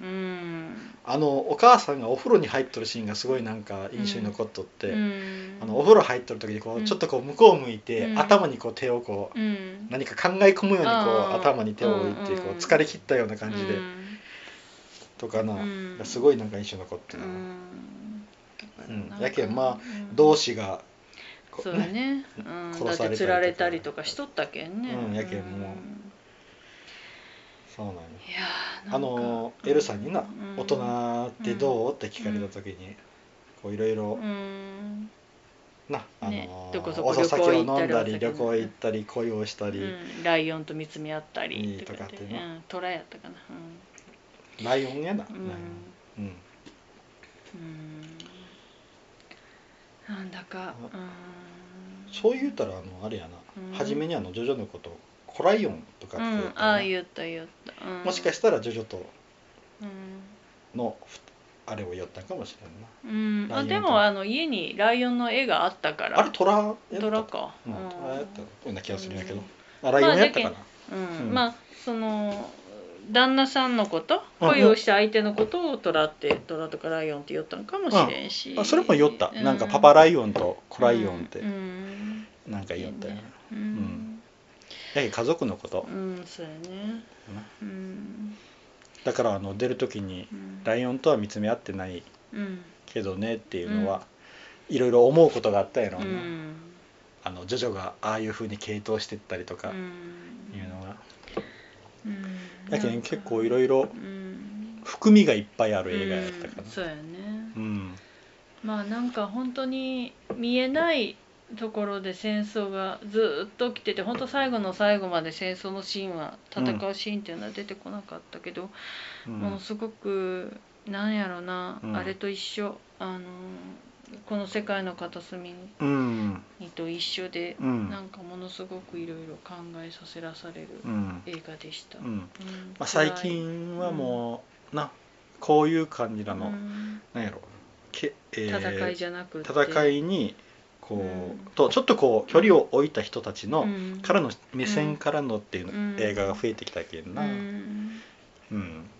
Speaker 2: うん
Speaker 1: あーあのお母さんがお風呂に入っとるシーンがすごいなんか印象に残っとって、
Speaker 2: うん
Speaker 1: あのお風呂入っとる時にこう、
Speaker 2: うん
Speaker 1: ちょっとこう向こう向いて、
Speaker 2: うん
Speaker 1: 頭にこう手をこう
Speaker 2: うん
Speaker 1: 何か考え込むようにこ
Speaker 2: あ
Speaker 1: う
Speaker 2: ー
Speaker 1: 頭に手を置いて
Speaker 2: うん
Speaker 1: こう
Speaker 2: うん
Speaker 1: 疲れ切ったような感じで、
Speaker 2: うん
Speaker 1: とかな、
Speaker 2: うん
Speaker 1: すごいなんか印象に残ってるな、
Speaker 2: うん
Speaker 1: うん
Speaker 2: なんか
Speaker 1: やけんまあ
Speaker 2: うん
Speaker 1: 同志がこ
Speaker 2: そうだね、うん、だ
Speaker 1: 殺されたりとか
Speaker 2: って釣られたりとかしとったけんね
Speaker 1: うんやけんもうそうなんよ
Speaker 2: いやー
Speaker 1: あのエルサにな「大人ってどう?」って聞かれた時にこういろいろ
Speaker 2: うん
Speaker 1: なあ
Speaker 2: ね
Speaker 1: の
Speaker 2: どこそこ
Speaker 1: お酒を飲んだり
Speaker 2: 旅
Speaker 1: 旅
Speaker 2: 行
Speaker 1: 行
Speaker 2: 行
Speaker 1: 行ったり恋をした
Speaker 2: う
Speaker 1: り
Speaker 2: ん、ライオンと見つめ合った
Speaker 1: い
Speaker 2: り
Speaker 1: いとかって
Speaker 2: う
Speaker 1: ね
Speaker 2: ん、虎やったかな、
Speaker 1: ライオンやな
Speaker 2: う
Speaker 1: ライ
Speaker 2: んう
Speaker 1: オ
Speaker 2: ん
Speaker 1: ンうん
Speaker 2: うんなんだかうん
Speaker 1: そう言うたらあのあれや
Speaker 2: うん
Speaker 1: な初めにあのジョジョのことコライオンとかっ
Speaker 2: う
Speaker 1: て言うんた
Speaker 2: あ
Speaker 1: よ
Speaker 2: あ
Speaker 1: ね
Speaker 2: 言った言った、うん、
Speaker 1: もしかしたらジョジョと
Speaker 2: う、
Speaker 1: のふあれを言ったんかもしれんなんライオ
Speaker 2: うん、あ
Speaker 1: ンと
Speaker 2: でもあの家にライオンの絵があったから
Speaker 1: あれトラやった
Speaker 2: ドラか、
Speaker 1: うん
Speaker 2: うん
Speaker 1: トラやったような気がするんやけど
Speaker 2: うん
Speaker 1: あライオンやったかな
Speaker 2: うん
Speaker 1: うん
Speaker 2: まあその旦那さんのこと
Speaker 1: うん
Speaker 2: 恋をした相手のことをトラってトラとかライオンって言ったんかもしれんし、
Speaker 1: あそれも酔ったなんかパパ
Speaker 2: ラ
Speaker 1: ライオンとコライオンって
Speaker 2: うんうん
Speaker 1: なんか言ったよ
Speaker 2: い
Speaker 1: ね
Speaker 2: いねうん
Speaker 1: やけ家族のこと
Speaker 2: うん、そうやねうん
Speaker 1: だからあの出る時に
Speaker 2: うん
Speaker 1: ライオンとは見つめ合ってない
Speaker 2: うん
Speaker 1: けどねっていうのはいろいろ思うことがあったやろ
Speaker 2: う
Speaker 1: うな、
Speaker 2: ん
Speaker 1: あのジョジョがああいう風に系統してったりとかいうのが、
Speaker 2: うん
Speaker 1: やけん結構いろいろ
Speaker 2: うん
Speaker 1: 含みがいっぱいある映画やったか
Speaker 2: うん
Speaker 1: な
Speaker 2: そうやね
Speaker 1: うん
Speaker 2: まあなんか本当に見えないところで戦争がずっと起きてて本当最後の最後まで戦争のシーンは戦うシーンっていうのは出てこなかったけど、
Speaker 1: うん
Speaker 2: もうすごくなんやろな、
Speaker 1: うん
Speaker 2: あれと一緒あのこの世界の片隅
Speaker 1: うん
Speaker 2: にと一緒で、
Speaker 1: うん
Speaker 2: なんかものすごくいろいろ考えさせらされる
Speaker 1: うん
Speaker 2: 映画でした。
Speaker 1: うんま
Speaker 2: うん
Speaker 1: あ、最近はもうなこういう感じなの、
Speaker 2: うん
Speaker 1: なんやろけ、えー
Speaker 2: 戦いじゃなくて
Speaker 1: 戦いにこう、
Speaker 2: うん
Speaker 1: とちょっとこう距離を置いた人たちの、
Speaker 2: うん
Speaker 1: からの目線からのっていうの、
Speaker 2: うん
Speaker 1: 映画が増えてきたけどな、う
Speaker 2: うんんうん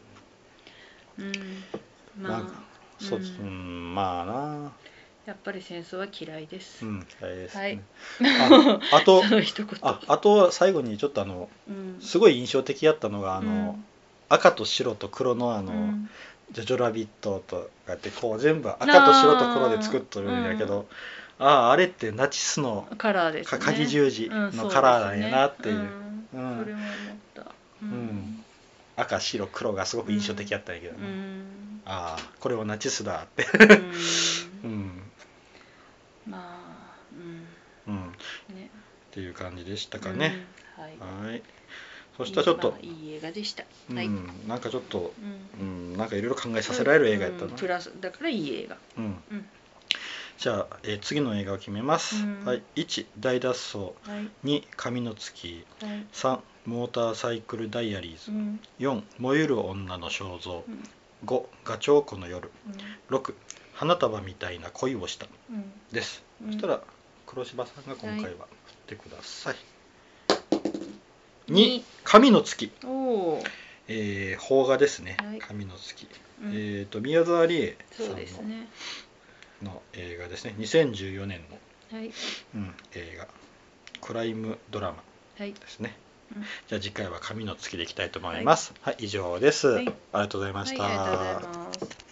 Speaker 2: ま
Speaker 1: ま
Speaker 2: あ、
Speaker 1: あ、そう
Speaker 2: うん
Speaker 1: うん、まあな
Speaker 2: やっぱり戦争は嫌いです。
Speaker 1: うん嫌いです、
Speaker 2: はい
Speaker 1: ねああ と
Speaker 2: その一言。
Speaker 1: ああとは最後にちょっとあの
Speaker 2: うん、
Speaker 1: すごい印象的やったのがあの、赤と白と黒のあ
Speaker 2: うん
Speaker 1: の、
Speaker 2: うん
Speaker 1: ジョジョラビット」とかってこう全部赤と白と黒で作っとるんやけどあ、ああれってナチスの
Speaker 2: カラーです、
Speaker 1: か
Speaker 2: ね。
Speaker 1: 鍵十字
Speaker 2: うん
Speaker 1: のカラーなんやなっていう,、
Speaker 2: そうですね
Speaker 1: うん
Speaker 2: うんそれも思った。う
Speaker 1: うん。赤白黒がすごく印象的やったんやけど
Speaker 2: う
Speaker 1: ね、
Speaker 2: ん。
Speaker 1: ああこれはナチスだって、
Speaker 2: う
Speaker 1: うんん
Speaker 2: まあ、う
Speaker 1: うん、っ
Speaker 2: ん。ね。
Speaker 1: ていう感じでしたかね、
Speaker 2: うん。はい。
Speaker 1: はいそしたらちょっと、
Speaker 2: まあいい映画でした。
Speaker 1: うん
Speaker 2: はい。
Speaker 1: なんかちょっと、
Speaker 2: うん
Speaker 1: うん、なんかいろいろ考えさせられる映画やったな、
Speaker 2: うんプラスだからいい映画。
Speaker 1: うん
Speaker 2: うん。
Speaker 1: じゃあ、えー次の映画を決めます、
Speaker 2: うん
Speaker 1: はい、1大脱走
Speaker 2: はい。
Speaker 1: 2紙の月
Speaker 2: はい。
Speaker 1: 3モーターサイクルダイアリーズ
Speaker 2: うん。
Speaker 1: 4燃ゆる女の肖像
Speaker 2: うん。
Speaker 1: 5ガチョウコの夜6花束みたいな恋をした
Speaker 2: うん。
Speaker 1: です、
Speaker 2: うん
Speaker 1: そしたら黒柴さんが今回は振ってください、
Speaker 2: に
Speaker 1: 2神の月、
Speaker 2: うん。おお。
Speaker 1: えー、邦画ですね、
Speaker 2: はい
Speaker 1: 神の月、
Speaker 2: うん
Speaker 1: えー、と宮沢りえさん
Speaker 2: そう
Speaker 1: の,、
Speaker 2: ですね。
Speaker 1: の映画ですね2014年の、
Speaker 2: はい。
Speaker 1: うん、映画クライムドラマ
Speaker 2: はい。
Speaker 1: ですね
Speaker 2: うん
Speaker 1: じゃあ次回は紙の月でいきたいと思います。はい、以上です、
Speaker 2: はい
Speaker 1: ありがとうございま
Speaker 2: は
Speaker 1: し
Speaker 2: い、
Speaker 1: た。
Speaker 2: ありがとうございます。